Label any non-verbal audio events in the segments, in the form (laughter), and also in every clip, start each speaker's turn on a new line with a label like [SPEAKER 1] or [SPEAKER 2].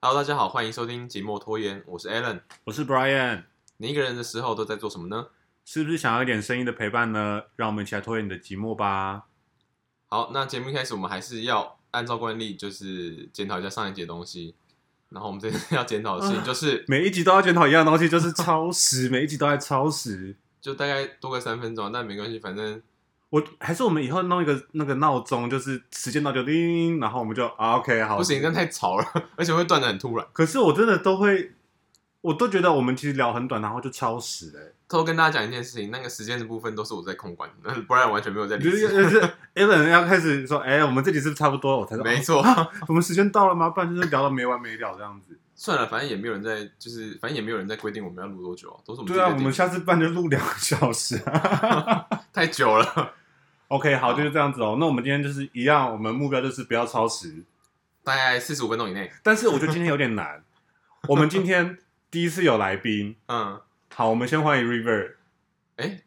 [SPEAKER 1] Hello，大家好，欢迎收听《寂寞拖延》，我是 Alan。
[SPEAKER 2] 我是 Brian，
[SPEAKER 1] 你一个人的时候都在做什么呢？
[SPEAKER 2] 是不是想要一点声音的陪伴呢？让我们一起来拖延你的寂寞吧。
[SPEAKER 1] 好，那节目一开始我们还是要按照惯例，就是检讨一下上一节的东西。然后我们这次要检讨的
[SPEAKER 2] 啊
[SPEAKER 1] 事情就是，
[SPEAKER 2] 每一集都要检讨一样东西，就是超
[SPEAKER 1] (laughs)
[SPEAKER 2] 时，每一集都在超时。
[SPEAKER 1] 就大概多个三分钟，但没关系，反正
[SPEAKER 2] 我还是我们以后弄一个那个闹钟，就是时间到就叮，然后我们就啊 OK 好。
[SPEAKER 1] 不行，这样太吵了， (laughs) 而且会断的很突然。
[SPEAKER 2] 可是我真的都会，我都觉得我们其实聊很短，然后就超时了。欸
[SPEAKER 1] 偷偷跟大家讲一件事情，那个时间的部分都是我在控管，那 (laughs) 不然完全没有在理
[SPEAKER 2] 就是
[SPEAKER 1] 智。
[SPEAKER 2] 就是 Alan 要开始说，哎、我们这集是不是差不多了？我才说，
[SPEAKER 1] 没
[SPEAKER 2] 哦
[SPEAKER 1] 错， (laughs)
[SPEAKER 2] 我们时间到了吗？不然就是聊到没完没了这样子。
[SPEAKER 1] 算了，反正也没有人在，就是反正也没有人在规定我们要录多久啊，都是我们
[SPEAKER 2] 对啊，
[SPEAKER 1] 自己在
[SPEAKER 2] 我们
[SPEAKER 1] 定
[SPEAKER 2] 下次半就录两个小时啊。
[SPEAKER 1] 太久了， (laughs)
[SPEAKER 2] OK，好，就是这样子哦。那我们今天就是一样，我们目标就是不要超时。
[SPEAKER 1] 大概四十五分钟以内。
[SPEAKER 2] 但是我觉得今天有点难。我们今天第一次有来宾，
[SPEAKER 1] 嗯，
[SPEAKER 2] 好，我们先欢迎 River。
[SPEAKER 1] 哎，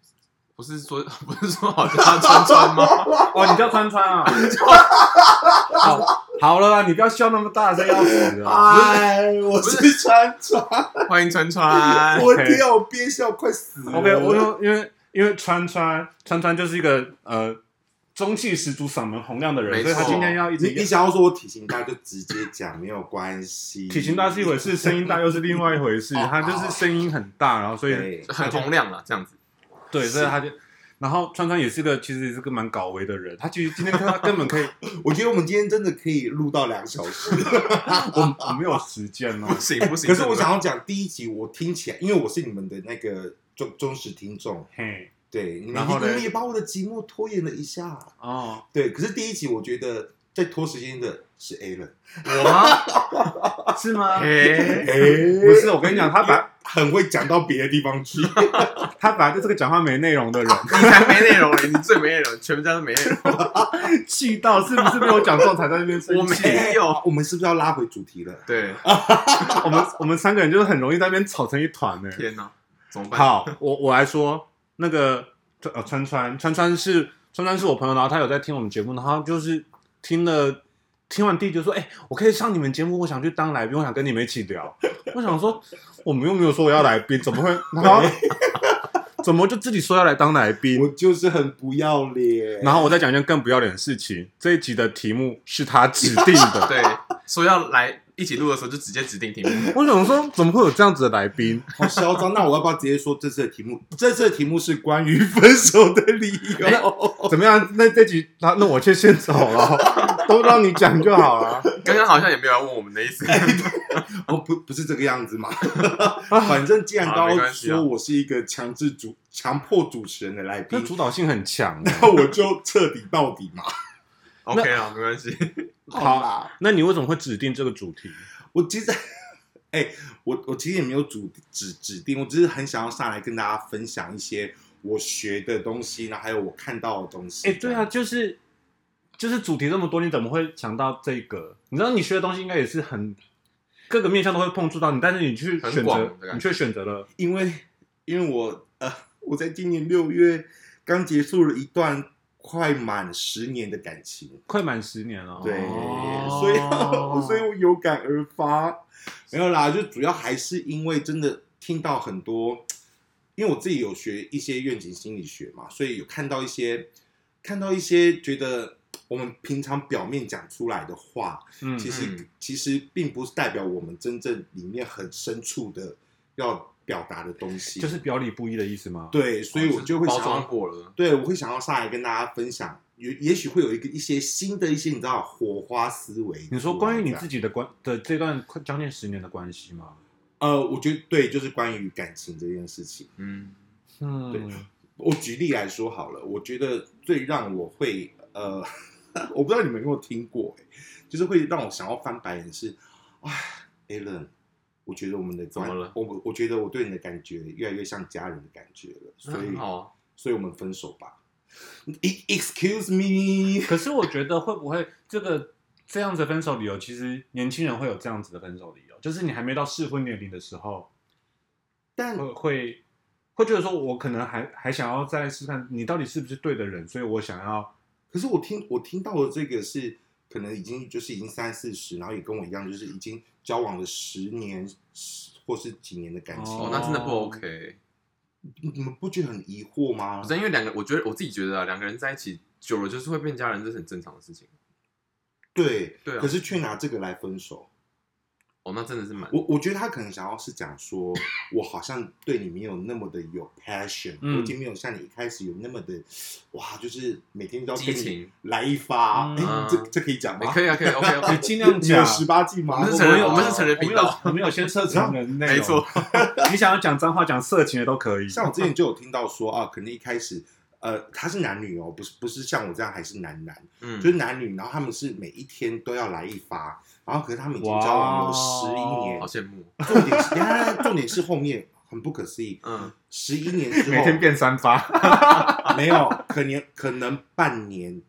[SPEAKER 1] 不是说 (laughs) 不是说好叫他川川吗？
[SPEAKER 2] 哦，你叫川川啊？好，好了啦，你不要笑那么大声，要
[SPEAKER 3] (laughs)
[SPEAKER 2] 死啊！
[SPEAKER 3] 嗨，哎我是川川，
[SPEAKER 1] 欢迎川川，
[SPEAKER 3] 我天啊，我憋笑快死了。
[SPEAKER 2] OK，我就因为因为川川川川就是一个呃中气十足、嗓门洪亮的
[SPEAKER 1] 没
[SPEAKER 2] 人，
[SPEAKER 1] 错
[SPEAKER 2] 所以他今天要一
[SPEAKER 3] 你你
[SPEAKER 2] 直
[SPEAKER 3] 想要说我体型大就直接讲，没有关系。
[SPEAKER 2] 体型大是一回事，声音大又是另外一回事。
[SPEAKER 3] 哦
[SPEAKER 2] 他就是声音很大，然后所以
[SPEAKER 3] 对，
[SPEAKER 1] 很洪亮啊了，这样子。
[SPEAKER 2] 对，所以他就，然后川川也是个其实也是个蛮搞维的人，他其实今天他根本可 (laughs) 以，
[SPEAKER 3] 我觉得我们今天真的可以录到两小
[SPEAKER 2] (laughs)
[SPEAKER 3] 时。
[SPEAKER 2] 我我没有时间哦。
[SPEAKER 1] 不行不行，
[SPEAKER 3] 哎可是我
[SPEAKER 1] 真的
[SPEAKER 3] 想要讲第一集，我听起来，因为我是你们的那个忠忠实听众，
[SPEAKER 2] 嘿，
[SPEAKER 3] 对，你们
[SPEAKER 2] 然后
[SPEAKER 3] 你
[SPEAKER 2] 呢
[SPEAKER 3] 们也把我的寂寞拖延了一下，
[SPEAKER 2] (laughs) 哦，
[SPEAKER 3] 对。可是第一集我觉得在拖时间的是 A 了，
[SPEAKER 1] 我吗？
[SPEAKER 2] 是吗？
[SPEAKER 1] 哎，
[SPEAKER 2] 不
[SPEAKER 3] (laughs) 不
[SPEAKER 2] 是，我跟你讲，他把
[SPEAKER 3] 很会讲到别的地
[SPEAKER 2] (laughs)
[SPEAKER 3] 方去。
[SPEAKER 2] 他本来就是个讲话没内容的人，
[SPEAKER 1] 你才没内容嘞，欸你最没内容，全家都没内容。
[SPEAKER 2] 气到是不是被我讲中才在那边生
[SPEAKER 1] 我
[SPEAKER 2] 气？
[SPEAKER 1] 没有，
[SPEAKER 3] 我们是不是要拉回主题了？
[SPEAKER 1] 对，
[SPEAKER 3] 啊
[SPEAKER 2] 我们我们三个人就是很容易在那边吵成一团呢。
[SPEAKER 1] 天哪，怎么办？
[SPEAKER 2] 好， (laughs) 我我来说那个呃川川川川是川川是我朋友，然后他有在听我们节目，然后就是听了听完第一集就说，哎、我可以上你们节目，我想去当来宾，我想跟你们一起聊。 (laughs) 我想说，我们又没有说我要来宾，怎么会？然后怎么就自己说要来当来宾
[SPEAKER 3] 我？就是很不要脸。
[SPEAKER 2] 然后我再讲一件更不要脸的事情，这一集的题目是他指定
[SPEAKER 1] (laughs)
[SPEAKER 2] 的。
[SPEAKER 1] 对，说要来一起录的时候就直接指定题目。
[SPEAKER 2] 我想说，怎么会有这样子的来宾？ (laughs)
[SPEAKER 3] 好嚣张！那我要不要直接说这次的题目？这次的题目是关于分手的理
[SPEAKER 2] 哎
[SPEAKER 3] 由。
[SPEAKER 2] 怎么样？那这集，那那我就先走了，都让你讲就好了。
[SPEAKER 1] 刚刚好像也没有要问我们的意
[SPEAKER 3] 哎
[SPEAKER 1] 思。
[SPEAKER 3] (laughs) 哦，不，不是这个样子
[SPEAKER 2] (laughs)
[SPEAKER 3] 嘛。反正既然
[SPEAKER 1] 啊没
[SPEAKER 3] 都
[SPEAKER 1] 关系啊
[SPEAKER 3] 说我是一个强制主、强迫主持人的来
[SPEAKER 2] 那
[SPEAKER 3] 宾，
[SPEAKER 2] 主导性很强。啊 (laughs)
[SPEAKER 3] 那我就彻底到底嘛。
[SPEAKER 1] OK 啊，没关系。
[SPEAKER 2] 好
[SPEAKER 3] 啦，
[SPEAKER 2] 那你为什么会指定这个主题？
[SPEAKER 3] 我其实， (laughs) 哎、我我其实也没有主指指定，我只是很想要上来跟大家分享一些我学的东西，然后还有我看到的东西。
[SPEAKER 2] 哎、对啊，，就是就是主题这么多，你怎么会想到这个？你知道你学的东西应该也是很各个面向都会碰触到你，但是你去
[SPEAKER 1] 很
[SPEAKER 2] 选
[SPEAKER 1] 广的
[SPEAKER 2] 择
[SPEAKER 1] 感觉，
[SPEAKER 2] 你却选择了
[SPEAKER 3] 因为因为我呃，我在今年六月刚结束了一段快满十年的感情，
[SPEAKER 2] 快满十年了。
[SPEAKER 3] 对，
[SPEAKER 2] 哦
[SPEAKER 3] 所以所以我 (laughs) 有感而发，没有啦，就主要还是因为真的听到很多，因为我自己有学一些愿景心理学嘛，所以有看到一些看到一些觉得我们平常表面讲出来的话，
[SPEAKER 2] 嗯，
[SPEAKER 3] 其实、
[SPEAKER 1] 嗯
[SPEAKER 3] 其实并不是代表我们真正里面很深处的要表达的东西，
[SPEAKER 2] 就是表里不一的意思吗？，
[SPEAKER 3] 对，所以我就会
[SPEAKER 1] 哦包
[SPEAKER 3] 想
[SPEAKER 1] 装
[SPEAKER 3] 要，
[SPEAKER 1] 过了。
[SPEAKER 3] 对我会想要上来跟大家分享，也也许会有一个一些新的一些你知道火花思维。
[SPEAKER 2] 你说关于你自
[SPEAKER 3] 己，
[SPEAKER 2] 己的关的这段快将近十年的关系吗？
[SPEAKER 3] 呃，我觉得对，就是关于感情这件事情。
[SPEAKER 1] 嗯，
[SPEAKER 2] 嗯，
[SPEAKER 3] 我举例来说好了，我觉得最让我会呃， (laughs) 我不知道你们有没有听过、欸，就是会让我想要翻白眼是，哎 a l a n 我觉得我们的
[SPEAKER 1] 怎么
[SPEAKER 3] 关
[SPEAKER 1] 了
[SPEAKER 3] 我我觉得我对你的感觉越来越像家人的感觉了，所
[SPEAKER 1] 那
[SPEAKER 3] 以、
[SPEAKER 1] 很好啊。
[SPEAKER 3] 所以我们分手吧。E- Excuse me，
[SPEAKER 2] 可是我觉得会不会这个这样子的分手理由，其实年轻人会有这样子的分手理由，就是你还没到适婚年龄的时候，
[SPEAKER 3] 但
[SPEAKER 2] 会会会觉得说，我可能还还想要再试试看你到底是不是对的人，所以我想要
[SPEAKER 3] 可是我听我听到的这个是可能已经就是已经三四十，然后也跟我一样，就是已经交往了十年十或是几年的感情，
[SPEAKER 1] 哦，那真的不 OK。
[SPEAKER 3] 你你们不觉得很疑惑吗
[SPEAKER 1] 不？是因为两个，我觉得我自己觉得啊，两个人在一起久了就是会变家人，这是很正常的事情。
[SPEAKER 3] 对，
[SPEAKER 1] 对啊
[SPEAKER 3] 可，是却拿这个来分手，
[SPEAKER 1] 哦，那真的是蛮
[SPEAKER 3] 我我觉得他可能想要是讲说，我好像对你没有那么的有 passion，、
[SPEAKER 2] 嗯
[SPEAKER 3] 我已经没有像你一开始有那么的，哇，就是每天都要
[SPEAKER 1] 激
[SPEAKER 3] 跟你
[SPEAKER 1] 情。
[SPEAKER 3] 来一
[SPEAKER 2] 嗯
[SPEAKER 3] 发，哎、 (laughs) 这这可以讲
[SPEAKER 1] 哎
[SPEAKER 3] 吗？
[SPEAKER 1] 可以啊，可以，OK
[SPEAKER 2] (laughs) 你
[SPEAKER 1] OK。
[SPEAKER 2] 尽
[SPEAKER 3] 你
[SPEAKER 2] 量
[SPEAKER 3] 你有
[SPEAKER 2] 讲。
[SPEAKER 3] 十八禁吗？
[SPEAKER 1] 我们是成
[SPEAKER 3] (laughs)
[SPEAKER 1] 人
[SPEAKER 3] 有
[SPEAKER 1] 我们是成人频道
[SPEAKER 2] 我们有先设成人内容，
[SPEAKER 1] 没错。
[SPEAKER 2] 你想要讲脏话、讲色情的都可以。
[SPEAKER 3] 像我之前就有听到说啊，可能一开始。呃，他是男女哦，不是不是像我这样还是男男，
[SPEAKER 1] 嗯，
[SPEAKER 3] 就是男女，然后他们是每一天都要来一发，然后可是他们已经交往了
[SPEAKER 2] 哇哦
[SPEAKER 3] 十一年
[SPEAKER 1] 哦好，羡慕。
[SPEAKER 3] 重点是，呀，重点是后面很不可思议，
[SPEAKER 1] 嗯，
[SPEAKER 3] 十一年之后
[SPEAKER 2] 每天变三发。
[SPEAKER 3] 没有，可能可能半年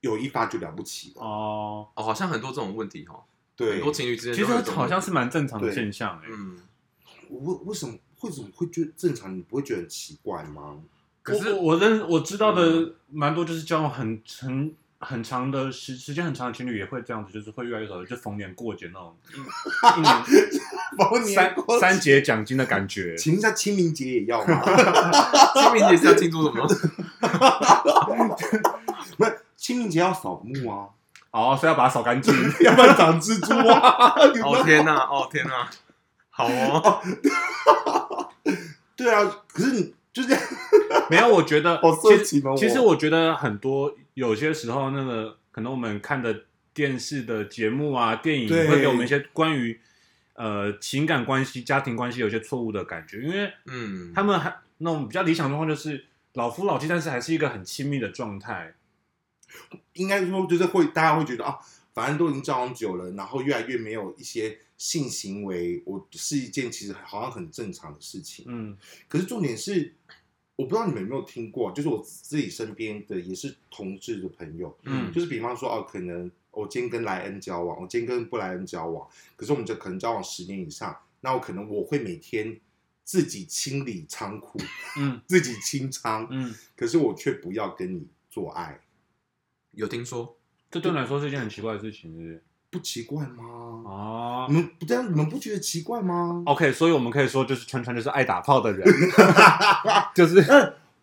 [SPEAKER 3] 有一发就了不起了。
[SPEAKER 2] 哦，
[SPEAKER 1] 哦，好像很多这种问题哈，
[SPEAKER 3] 对
[SPEAKER 1] 很，多情侣之间
[SPEAKER 2] 其实
[SPEAKER 1] 都会有这种
[SPEAKER 2] 好像是蛮正常的
[SPEAKER 3] 对
[SPEAKER 2] 现象哎。
[SPEAKER 1] 嗯，
[SPEAKER 3] 为为什么为什么会觉得正常？你不会觉得很奇怪吗？
[SPEAKER 1] 可是
[SPEAKER 2] 我我我认我知道
[SPEAKER 1] 嗯
[SPEAKER 2] 的蛮多，就是交往很很很长的时时间很长的情侣也会这样子，就是会越来越少的，就逢年过节那种，一年
[SPEAKER 3] 包年
[SPEAKER 2] 三
[SPEAKER 3] 过
[SPEAKER 2] 三节奖金的感
[SPEAKER 3] (laughs)
[SPEAKER 2] 觉。
[SPEAKER 3] 请问一下，清明节也要吗？ (laughs)
[SPEAKER 1] 清明节是要庆祝什么？
[SPEAKER 3] 不是，清明节要扫墓啊，
[SPEAKER 2] 哦，所以要把它扫干净。
[SPEAKER 3] (laughs) 要不然长蜘蛛啊！你
[SPEAKER 1] 哦
[SPEAKER 3] 们
[SPEAKER 1] 天哪，哦天哪，好哦，
[SPEAKER 3] 对啊，可是你就这样，
[SPEAKER 2] (laughs) 没有，我觉得
[SPEAKER 3] (laughs) 好色情哦我
[SPEAKER 2] 其实其实我觉得很多有些时候，那个可能我们看的电视的节目啊、电影
[SPEAKER 3] 对
[SPEAKER 2] 会给我们一些关于呃情感关系、家庭关系有一些错误的感觉，因为
[SPEAKER 1] 嗯，
[SPEAKER 2] 他们还那种比较理想状况就是老夫老妻，但是还是一个很亲密的状态。
[SPEAKER 3] 应该说就是会，大家会觉得啊，反正都已经交往久了，然后越来越没有一些性行为，我是一件其实好像很正常的事情。
[SPEAKER 2] 嗯，
[SPEAKER 3] 可是重点是，我不知道你们有没有听过，就是我自己身边的也是同志的朋友，
[SPEAKER 1] 嗯
[SPEAKER 3] 就是比方说哦，可能我今天跟莱恩交往，我今天跟布莱恩交往，可是我们就可能交往十年以上，那我可能我会每天自己清理仓库，
[SPEAKER 2] 嗯，
[SPEAKER 3] 自己清仓，
[SPEAKER 2] 嗯，
[SPEAKER 3] 可是我却不要跟你做爱，
[SPEAKER 1] 有听说，
[SPEAKER 2] 这对你来说是一件很奇怪的事情，是不是？
[SPEAKER 3] 不奇怪吗？
[SPEAKER 2] 哦
[SPEAKER 3] 你。们不但你们不觉得奇怪吗？
[SPEAKER 2] OK，所以我们可以说，就是川川就是爱打炮的 (laughs) 人，就是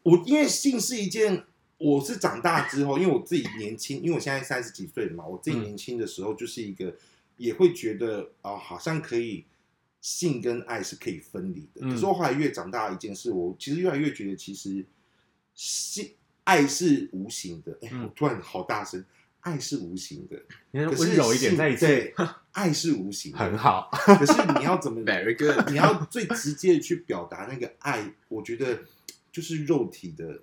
[SPEAKER 3] 我因为性是一件，我是长大之后，因为我自己年轻，因为我现在三十几岁了嘛，我自己
[SPEAKER 2] 嗯
[SPEAKER 3] 年轻的时候就是一个，也会觉得啊、好像可以性跟爱是可以分离的。
[SPEAKER 2] 嗯
[SPEAKER 3] 可是我后来越长大，一件事，我其实越来越觉得，其实性爱是无形的。哎、
[SPEAKER 2] 嗯
[SPEAKER 3] 我突然好大声，爱是无形的，
[SPEAKER 2] 你看
[SPEAKER 3] 可是
[SPEAKER 2] (laughs) 温柔一点，
[SPEAKER 3] 性
[SPEAKER 2] 再一次，
[SPEAKER 3] 对，爱是无形
[SPEAKER 2] (laughs)
[SPEAKER 3] 的，
[SPEAKER 2] 很。好。
[SPEAKER 3] 可是你要
[SPEAKER 2] (laughs)
[SPEAKER 3] 怎么
[SPEAKER 1] Very (laughs) good
[SPEAKER 3] 你要最直接的去表达那个爱，我觉得就是肉体的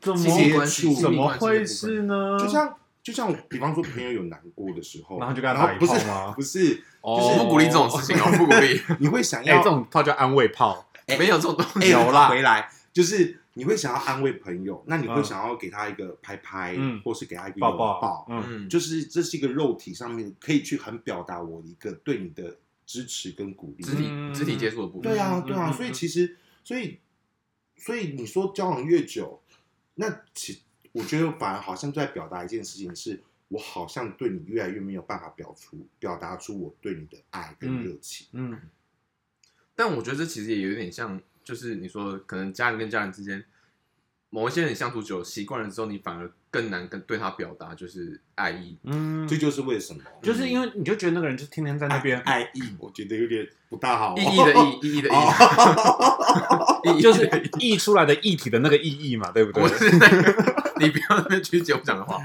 [SPEAKER 2] 怎
[SPEAKER 3] 亲密
[SPEAKER 2] 么
[SPEAKER 3] 关系
[SPEAKER 2] 怎么会是呢？
[SPEAKER 3] 就像就像比方说朋友有难过的时候，
[SPEAKER 2] 然后就跟他打一
[SPEAKER 3] 不是
[SPEAKER 2] 炮吗 (laughs)
[SPEAKER 3] 不是，
[SPEAKER 1] 我
[SPEAKER 3] 就是
[SPEAKER 1] 不鼓励这种事情哦，不鼓励，
[SPEAKER 3] 你会想
[SPEAKER 2] 哎、
[SPEAKER 3] 要
[SPEAKER 2] 这种炮叫安慰炮，
[SPEAKER 1] 没有这种东
[SPEAKER 3] (laughs) 哎
[SPEAKER 1] 西。
[SPEAKER 2] 有啦
[SPEAKER 3] 回来，就是你会想要安慰朋友，那你会
[SPEAKER 2] 嗯
[SPEAKER 3] 想要给他一个拍拍，
[SPEAKER 2] 嗯
[SPEAKER 3] 或是给他一个
[SPEAKER 2] 抱
[SPEAKER 3] 拥
[SPEAKER 2] 抱，嗯，
[SPEAKER 1] 嗯，
[SPEAKER 3] 就是这是一个肉体上面可以去很表达我一个对你的支持跟鼓励。
[SPEAKER 1] 肢体
[SPEAKER 2] 嗯
[SPEAKER 1] 肢体接触的部分，
[SPEAKER 3] 对啊，
[SPEAKER 2] 嗯
[SPEAKER 3] 对啊，
[SPEAKER 2] 嗯
[SPEAKER 3] 所以
[SPEAKER 2] 嗯
[SPEAKER 3] 其实，所以，所以你说交往越久，那其我觉得反而好像在表达一件事情是。我好像对你越来越没有办法表出表达出我对你的爱
[SPEAKER 2] 嗯
[SPEAKER 3] 跟热情，
[SPEAKER 2] 嗯
[SPEAKER 1] 但我觉得这其实也有点像，就是你说的可能家人跟家人之间，某一些人相处久了习惯了之后，你反而更难跟对他表达就是爱意。
[SPEAKER 2] 嗯，
[SPEAKER 3] 这
[SPEAKER 2] 就
[SPEAKER 3] 就是为什么
[SPEAKER 2] 就是因为你就觉得那个人就天天在那边，
[SPEAKER 3] 爱意，我觉得有点不大好、哦
[SPEAKER 1] 意义的意，意义的 (laughs) 意，意义
[SPEAKER 2] 就
[SPEAKER 1] 的
[SPEAKER 2] 是
[SPEAKER 1] 意
[SPEAKER 2] 溢出来的液体的那个意义嘛，对不对
[SPEAKER 1] 我？是那个，你不要在那边曲解我讲的话。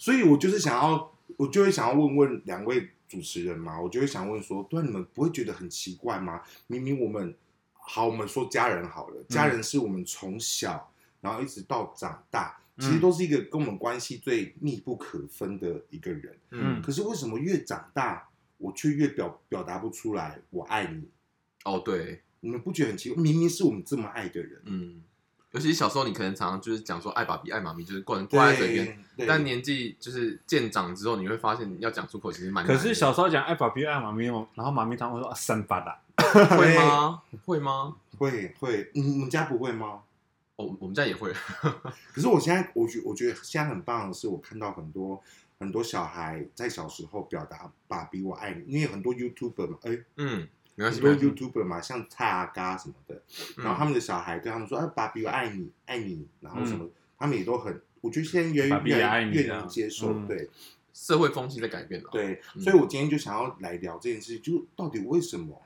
[SPEAKER 3] 所以我就是想要，我就会想要问问两位主持人嘛，我就会想问说，对啊你们不会觉得很奇怪吗？明明我们好，我们说家人好了，家人是我们从小然后一直到长大，
[SPEAKER 2] 嗯
[SPEAKER 3] 其实都是一个跟我们关系最密不可分的一个人。
[SPEAKER 1] 嗯
[SPEAKER 2] 嗯，
[SPEAKER 3] 可是为什么越长大，我却越表表达不出来我爱你？
[SPEAKER 1] 哦对，
[SPEAKER 3] 你们不觉得很奇怪？明明是我们这么爱的人，
[SPEAKER 1] 嗯，尤其是小时候，你可能常常就是讲说爱爸比爱妈咪，就是挂
[SPEAKER 3] 对
[SPEAKER 1] 挂在嘴边。，
[SPEAKER 3] 对
[SPEAKER 1] 但年纪就是渐长之后，你会发现要讲出口其实蛮难
[SPEAKER 2] 可
[SPEAKER 1] 的。
[SPEAKER 2] 是小时候讲爱爸比爱妈咪，然后妈咪常会说啊三八的，
[SPEAKER 1] 会吗？
[SPEAKER 3] 哎
[SPEAKER 1] 会吗？
[SPEAKER 3] 会会，你们家不会吗？
[SPEAKER 1] 哦，我们家也会。
[SPEAKER 3] 可是我现在，我觉我觉得现在很棒的是，我看到很多很多小孩在小时候表达“爸比我爱你”，因为很多 YouTuber 嘛，哎、
[SPEAKER 1] 嗯，没关
[SPEAKER 3] 很
[SPEAKER 1] 系，
[SPEAKER 3] 多
[SPEAKER 1] 没关系
[SPEAKER 3] YouTuber 嘛，像蔡阿嘎什么的，
[SPEAKER 1] 嗯
[SPEAKER 3] 然后他们的小孩跟他们说：“啊，爸比我爱你，爱你。”然后什
[SPEAKER 1] 嗯
[SPEAKER 3] 么，他们也都很，我觉得现在越来
[SPEAKER 2] 爸比
[SPEAKER 3] 越
[SPEAKER 2] 也
[SPEAKER 3] 越
[SPEAKER 2] 爱
[SPEAKER 3] 来
[SPEAKER 2] 你
[SPEAKER 3] 越
[SPEAKER 2] 这样
[SPEAKER 3] 能接受，
[SPEAKER 2] 嗯
[SPEAKER 3] 对
[SPEAKER 1] 社会风气在改变了，，
[SPEAKER 3] 对，
[SPEAKER 1] 嗯
[SPEAKER 3] 所以我今天就想要来聊这件事，就到底为什么，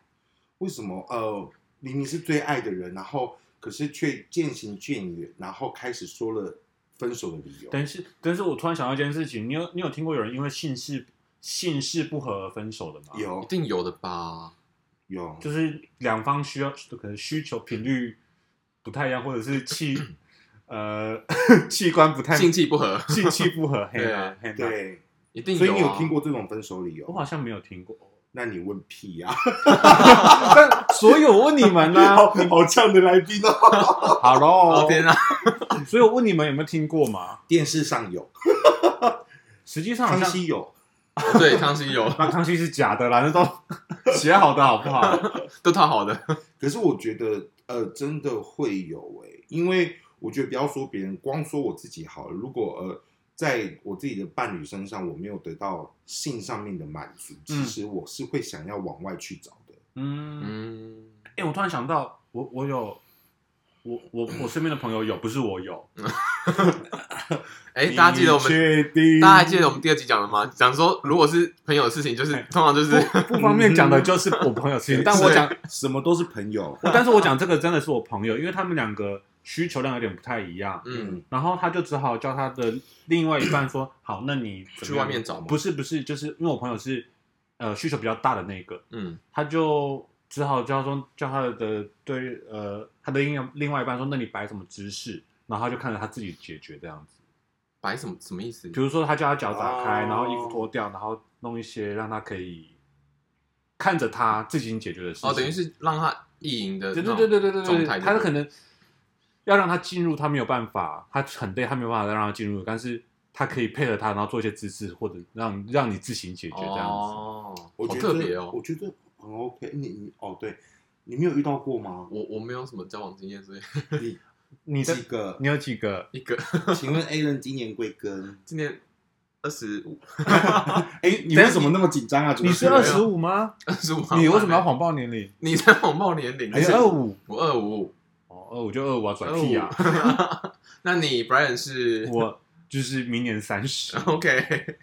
[SPEAKER 3] 为什么呃，明明是最爱的人，然后可是却渐行渐远，然后开始说了分手的理由，
[SPEAKER 2] 但是，但是我突然想到一件事情，你有你有听过有人因为姓氏姓氏不合而分手的吗？，
[SPEAKER 1] 一
[SPEAKER 3] 有
[SPEAKER 1] 定有的吧？
[SPEAKER 3] 有，
[SPEAKER 2] 就是两方需要可能需求频率不太一样，或者是器呃器官不太
[SPEAKER 1] 性气不合，
[SPEAKER 2] 性气不合，嘿啦嘿啦，
[SPEAKER 3] 对，
[SPEAKER 1] 一定有、
[SPEAKER 3] 所
[SPEAKER 1] 啊。
[SPEAKER 3] 以你有听？过这种分手理由
[SPEAKER 2] 我？好像没有听过。
[SPEAKER 3] 那你问屁
[SPEAKER 2] (laughs)
[SPEAKER 3] 呀、
[SPEAKER 2] 但所以我问你们呢、
[SPEAKER 3] 好好呛的来宾哦。
[SPEAKER 2] 好喽
[SPEAKER 1] 哦，天啊！
[SPEAKER 2] 所以我问你们有没有听过嘛？
[SPEAKER 3] 电视上有，
[SPEAKER 2] 实际上好
[SPEAKER 3] 康
[SPEAKER 2] 像
[SPEAKER 3] 熙有，
[SPEAKER 1] 哦对，康熙有，
[SPEAKER 2] 那康熙是假的啦，
[SPEAKER 1] (laughs)
[SPEAKER 2] 那都写好的好不好？
[SPEAKER 1] 都套好的。
[SPEAKER 3] 可是我觉得呃，真的会有诶、因为我觉得不要说别人，光说我自己好了。如果呃，在我自己的伴侣身上我没有得到性上面的满足，其实我是会想要往外去找的。
[SPEAKER 2] 嗯。
[SPEAKER 1] 嗯，
[SPEAKER 2] 哎、我突然想到，我我有，我我我身边的朋友有，不是我有。
[SPEAKER 1] 哎、大家记得我
[SPEAKER 2] 你
[SPEAKER 1] 们，
[SPEAKER 2] 确定？
[SPEAKER 1] 大家还记得我们第二集讲了吗？讲说如果是朋友的事情，就是
[SPEAKER 2] 哎
[SPEAKER 1] 通常就是 (laughs)
[SPEAKER 2] (laughs) 不方便讲的就是我朋友的事情，但我
[SPEAKER 1] 是
[SPEAKER 2] 讲，
[SPEAKER 3] (laughs) 什么都是朋友，
[SPEAKER 2] 但是我讲这个真的是我朋友，因为他们两个需求量有点不太一样，
[SPEAKER 1] 嗯，
[SPEAKER 2] 然后他就只好叫他的另外一半说：“ (coughs) 好，那你怎么样
[SPEAKER 1] 去外面找吗
[SPEAKER 2] 不是不是，就是因为我朋友是呃需求比较大的那个，
[SPEAKER 1] 嗯
[SPEAKER 2] 他就只好叫说叫他的对呃他的另另外一半说：那你摆什么姿势？然后他就看着他自己解决这样子。
[SPEAKER 1] 摆什么什么意思
[SPEAKER 2] 比？如说他叫他脚打开，
[SPEAKER 3] 哦
[SPEAKER 2] 然后衣服脱掉，然后弄一些让他可以看着他自己已经解决的事情。
[SPEAKER 1] 哦，等于是让他意淫的，
[SPEAKER 2] 对对对对对对
[SPEAKER 1] 状
[SPEAKER 2] 对
[SPEAKER 1] 态
[SPEAKER 2] 对，
[SPEAKER 1] 就
[SPEAKER 2] 他
[SPEAKER 1] 对
[SPEAKER 2] 是可能要让他进入，他没有办法，他很累，他没有办法再让他进入，但是他可以配合他，然后做一些姿势，或者让让你自行解决这样子。
[SPEAKER 1] 哦，
[SPEAKER 3] 我
[SPEAKER 1] 好
[SPEAKER 3] 觉得
[SPEAKER 1] 特别哦？
[SPEAKER 3] 我。觉得很 OK 你。你哦，对，你没有遇到过吗
[SPEAKER 1] 我我没有什么交往经验，所以
[SPEAKER 3] 你
[SPEAKER 2] 你的
[SPEAKER 3] 几个？
[SPEAKER 2] 你有几个？
[SPEAKER 1] 一个 (laughs)
[SPEAKER 3] 请问 A 人今年贵庚？
[SPEAKER 1] 今年二十五，
[SPEAKER 3] 哎，你
[SPEAKER 2] 等
[SPEAKER 3] 为
[SPEAKER 2] 一下
[SPEAKER 3] 什么那么紧张啊？主
[SPEAKER 2] 你
[SPEAKER 3] 持人
[SPEAKER 2] 是二十五吗？
[SPEAKER 1] 二十五，
[SPEAKER 2] 你为什么要谎哎报年龄？
[SPEAKER 1] 你在谎报年龄？
[SPEAKER 2] 你二五
[SPEAKER 1] 我哎二五，
[SPEAKER 2] 哦，二五就二五啊，
[SPEAKER 1] 二
[SPEAKER 2] 转屁
[SPEAKER 1] 五
[SPEAKER 2] 啊！。
[SPEAKER 1] 那你 Brian 是
[SPEAKER 2] 我就是明年
[SPEAKER 1] (laughs)
[SPEAKER 2] 三十。
[SPEAKER 1] OK，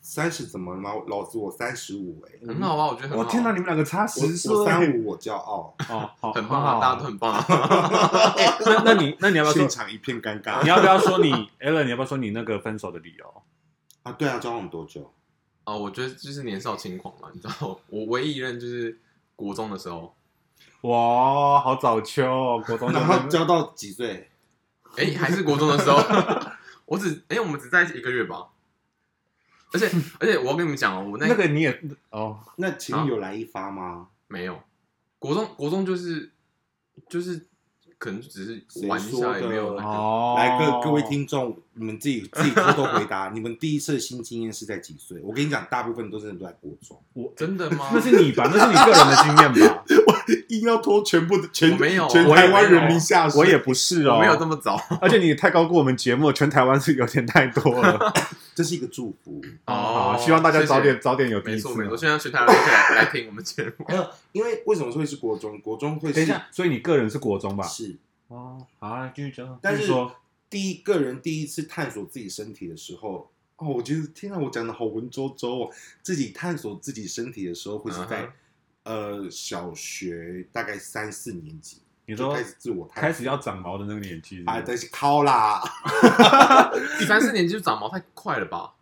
[SPEAKER 3] 三十怎么了吗？老子我三十五哎，
[SPEAKER 2] 嗯
[SPEAKER 1] 很好啊，我觉得很好。
[SPEAKER 2] 我天哪，你们两个差十岁！
[SPEAKER 3] 我我三五我骄傲，
[SPEAKER 2] 哦，
[SPEAKER 1] (laughs)
[SPEAKER 2] 好，
[SPEAKER 1] 很棒啊，
[SPEAKER 2] 好
[SPEAKER 1] 大家都很棒啊。
[SPEAKER 2] 那那你那你要不要
[SPEAKER 3] (laughs)
[SPEAKER 2] 说啊
[SPEAKER 3] 现？场一片尴尬
[SPEAKER 2] 你要不要说你 Alan？你要不要说你那个分手的理由？
[SPEAKER 3] 啊！对啊，交往多久？
[SPEAKER 1] 哦，我觉得就是年少轻狂啊嘛，你知道，我唯一一任就是国中的时候，
[SPEAKER 2] 哇，好早秋哦，国 (laughs) 中就
[SPEAKER 3] 然后交到几岁？
[SPEAKER 1] 哎，还是国中的时候， (laughs) 我只哎，我们只在一起一个月吧。而且而且，我要跟你们讲哦，我那
[SPEAKER 2] 那个你也哦，
[SPEAKER 3] 那请问有来一发吗？
[SPEAKER 1] 没有，国中国中就是就是可能就只是
[SPEAKER 3] 谁
[SPEAKER 1] 玩一
[SPEAKER 3] 说
[SPEAKER 1] 下，也
[SPEAKER 3] 的啊
[SPEAKER 1] 没有那个。
[SPEAKER 2] 哦，
[SPEAKER 3] 来各各位听众，你们自己自己偷偷回答， (laughs) 你们第一次的性经验是在几岁？我跟你讲，大部分都是都在国中，
[SPEAKER 2] 我，
[SPEAKER 1] 真的吗？
[SPEAKER 2] 那是你吧？那是你个人的经验吧？
[SPEAKER 3] 硬要拖全部的
[SPEAKER 1] 我
[SPEAKER 3] 全
[SPEAKER 1] 没有
[SPEAKER 3] 全
[SPEAKER 1] 我也
[SPEAKER 3] 台湾
[SPEAKER 1] 没有
[SPEAKER 3] 人民下水。
[SPEAKER 2] 我也不是哦，
[SPEAKER 1] 我没有这么早
[SPEAKER 2] 而且你也太高估我们节目，全台湾是有点太多了。哦
[SPEAKER 3] 这是一个祝福。
[SPEAKER 1] 哦
[SPEAKER 2] 好希望大家早
[SPEAKER 1] 谢
[SPEAKER 2] 点
[SPEAKER 1] 谢
[SPEAKER 2] 早点有第
[SPEAKER 1] 没
[SPEAKER 2] 一
[SPEAKER 1] 错
[SPEAKER 2] 次。哦
[SPEAKER 1] 没错，现在全台湾都可以来来听我们节目。
[SPEAKER 3] 还有，因为为什么会是国中？国中会是
[SPEAKER 2] 等一下，所以你个人是国中吧？
[SPEAKER 3] 是
[SPEAKER 2] 哦，好啊，继续讲。
[SPEAKER 3] 但
[SPEAKER 2] 继
[SPEAKER 3] 是
[SPEAKER 2] 续说
[SPEAKER 3] 第一个人第一次探索自己身体的时候，哦，我觉得天啊，我讲的好文绉绉哦。自己探索自己身体的时候，会是在、
[SPEAKER 1] 嗯哼
[SPEAKER 3] 呃小学大概三四年级，
[SPEAKER 2] 你
[SPEAKER 3] 就
[SPEAKER 2] 说
[SPEAKER 3] 开始自我探索
[SPEAKER 2] 开始要长毛的那个年纪是不
[SPEAKER 3] 啊，
[SPEAKER 2] 是，
[SPEAKER 3] 但是靠啦，
[SPEAKER 1] 三四年级就长毛太快了吧？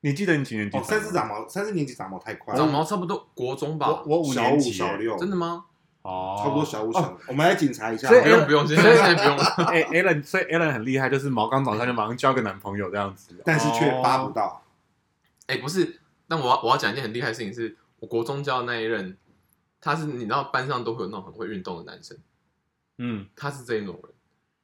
[SPEAKER 2] 你记得你几年级？
[SPEAKER 3] 哦，三四长毛，三四年级长毛太快了，
[SPEAKER 1] 长毛差不多国中吧
[SPEAKER 2] 我？我五
[SPEAKER 3] 小
[SPEAKER 2] 年
[SPEAKER 3] 五
[SPEAKER 2] 级耶，
[SPEAKER 3] 小六，
[SPEAKER 1] 真的吗？
[SPEAKER 2] 哦，
[SPEAKER 3] 差不多小五小
[SPEAKER 2] 哦。
[SPEAKER 3] 六。我们来检查一下，
[SPEAKER 2] 所以
[SPEAKER 1] 不用不用，现在现在不用了。
[SPEAKER 2] 哎，Alan，所以 Alan 很厉害，就是毛刚早上就马上交个男朋友这样子。
[SPEAKER 3] 但是却发
[SPEAKER 2] 哦
[SPEAKER 3] 不到。
[SPEAKER 1] 哎、不是，但我要我要讲一件很厉害的事情是，我国中教的那一任，他是你知道班上都会有那种很会运动的男生，
[SPEAKER 2] 嗯，
[SPEAKER 1] 他是这一种人。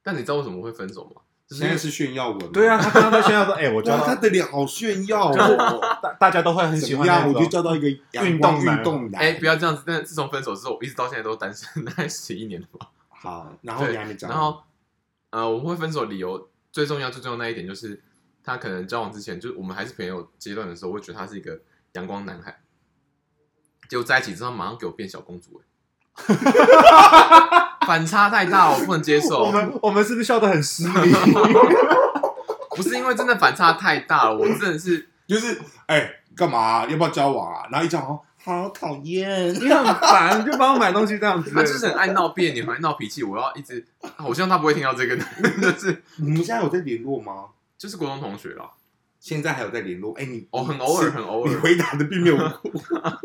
[SPEAKER 1] 但你知道为什么会分手吗？就是
[SPEAKER 3] 现
[SPEAKER 1] 因
[SPEAKER 3] 在
[SPEAKER 1] 为
[SPEAKER 3] 是炫耀文吗，
[SPEAKER 2] 对啊，他刚刚在炫耀说，
[SPEAKER 3] (laughs)
[SPEAKER 2] 哎，我交
[SPEAKER 3] 哇，他
[SPEAKER 2] 到
[SPEAKER 3] 的脸好炫耀
[SPEAKER 2] 就是
[SPEAKER 3] 哦，
[SPEAKER 2] 大大家都 (laughs) 会很喜
[SPEAKER 3] 怎
[SPEAKER 2] 欢
[SPEAKER 3] 么
[SPEAKER 2] 那
[SPEAKER 3] 样？我就
[SPEAKER 2] 种。
[SPEAKER 3] 叫到一个
[SPEAKER 2] 运动男
[SPEAKER 3] 运动男。
[SPEAKER 1] 哎、不要这样子。但自从分手之后，我一直到现在都单身， (laughs) 大概十一年了吧。
[SPEAKER 3] 好，然后
[SPEAKER 1] 对，
[SPEAKER 3] 你还没讲，
[SPEAKER 1] 然后呃，我们会分手的理由最重要最重要那一点就是，他可能交往之前，就是我们还是朋友阶段的时候，我会觉得他是一个阳光男孩。结果在一起之后，马上给我变小公主、欸， (laughs) 反差太大了，我不能接受。
[SPEAKER 2] (laughs) 我们我们是不是笑得很失礼？ (laughs)
[SPEAKER 1] 不是因为真的反差太大了，我真的
[SPEAKER 3] (laughs)
[SPEAKER 1] 是
[SPEAKER 3] 就是哎，干嘛、要不要交往啊？然后一交往，好讨厌。
[SPEAKER 2] 你很烦，就帮我买东西这样子。
[SPEAKER 1] 他就是很爱闹别扭，很爱闹脾气。我要一直，啊我希望他不会听到这个，就是
[SPEAKER 3] 你们现在有在联络吗？
[SPEAKER 1] 就是国中同学了。
[SPEAKER 3] 现在还有在联络？哎，你
[SPEAKER 1] 哦，很偶尔，
[SPEAKER 3] 是
[SPEAKER 1] 很偶
[SPEAKER 3] (laughs) 你
[SPEAKER 1] 尔。
[SPEAKER 3] 回答的并没有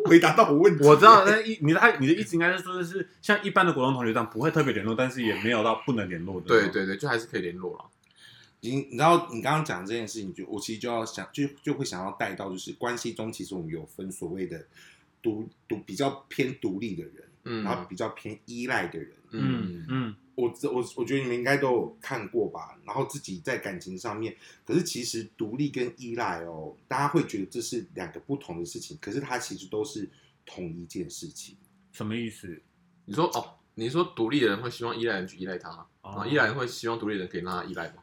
[SPEAKER 3] 回答到我 (laughs) 问题。
[SPEAKER 2] (laughs) 我知道，那一你的你的意思应该是说的是像一般的国中同学这样，不会特别联络，但是也没有到不能联络的。
[SPEAKER 1] 对，对对，就还是可以联络了。
[SPEAKER 3] 你你知道你刚刚讲这件事情，就我其实就要想，就就会想要带到，就是关系中其实我们有分所谓的独独比较偏独立的人，
[SPEAKER 1] 嗯
[SPEAKER 3] 然后比较偏依赖的人。
[SPEAKER 2] 嗯
[SPEAKER 1] 嗯，
[SPEAKER 2] 嗯，
[SPEAKER 3] 我这我我觉得你们应该都有看过吧，然后自己在感情上面，可是其实独立跟依赖哦，大家会觉得这是两个不同的事情，可是它其实都是同一件事情。
[SPEAKER 2] 什么意思？
[SPEAKER 1] 你说哦，你说独立的人会希望依赖人去依赖他，
[SPEAKER 3] 哦
[SPEAKER 1] 然后
[SPEAKER 2] 啊
[SPEAKER 1] 依赖人会希望独立的人可以让他依赖吗？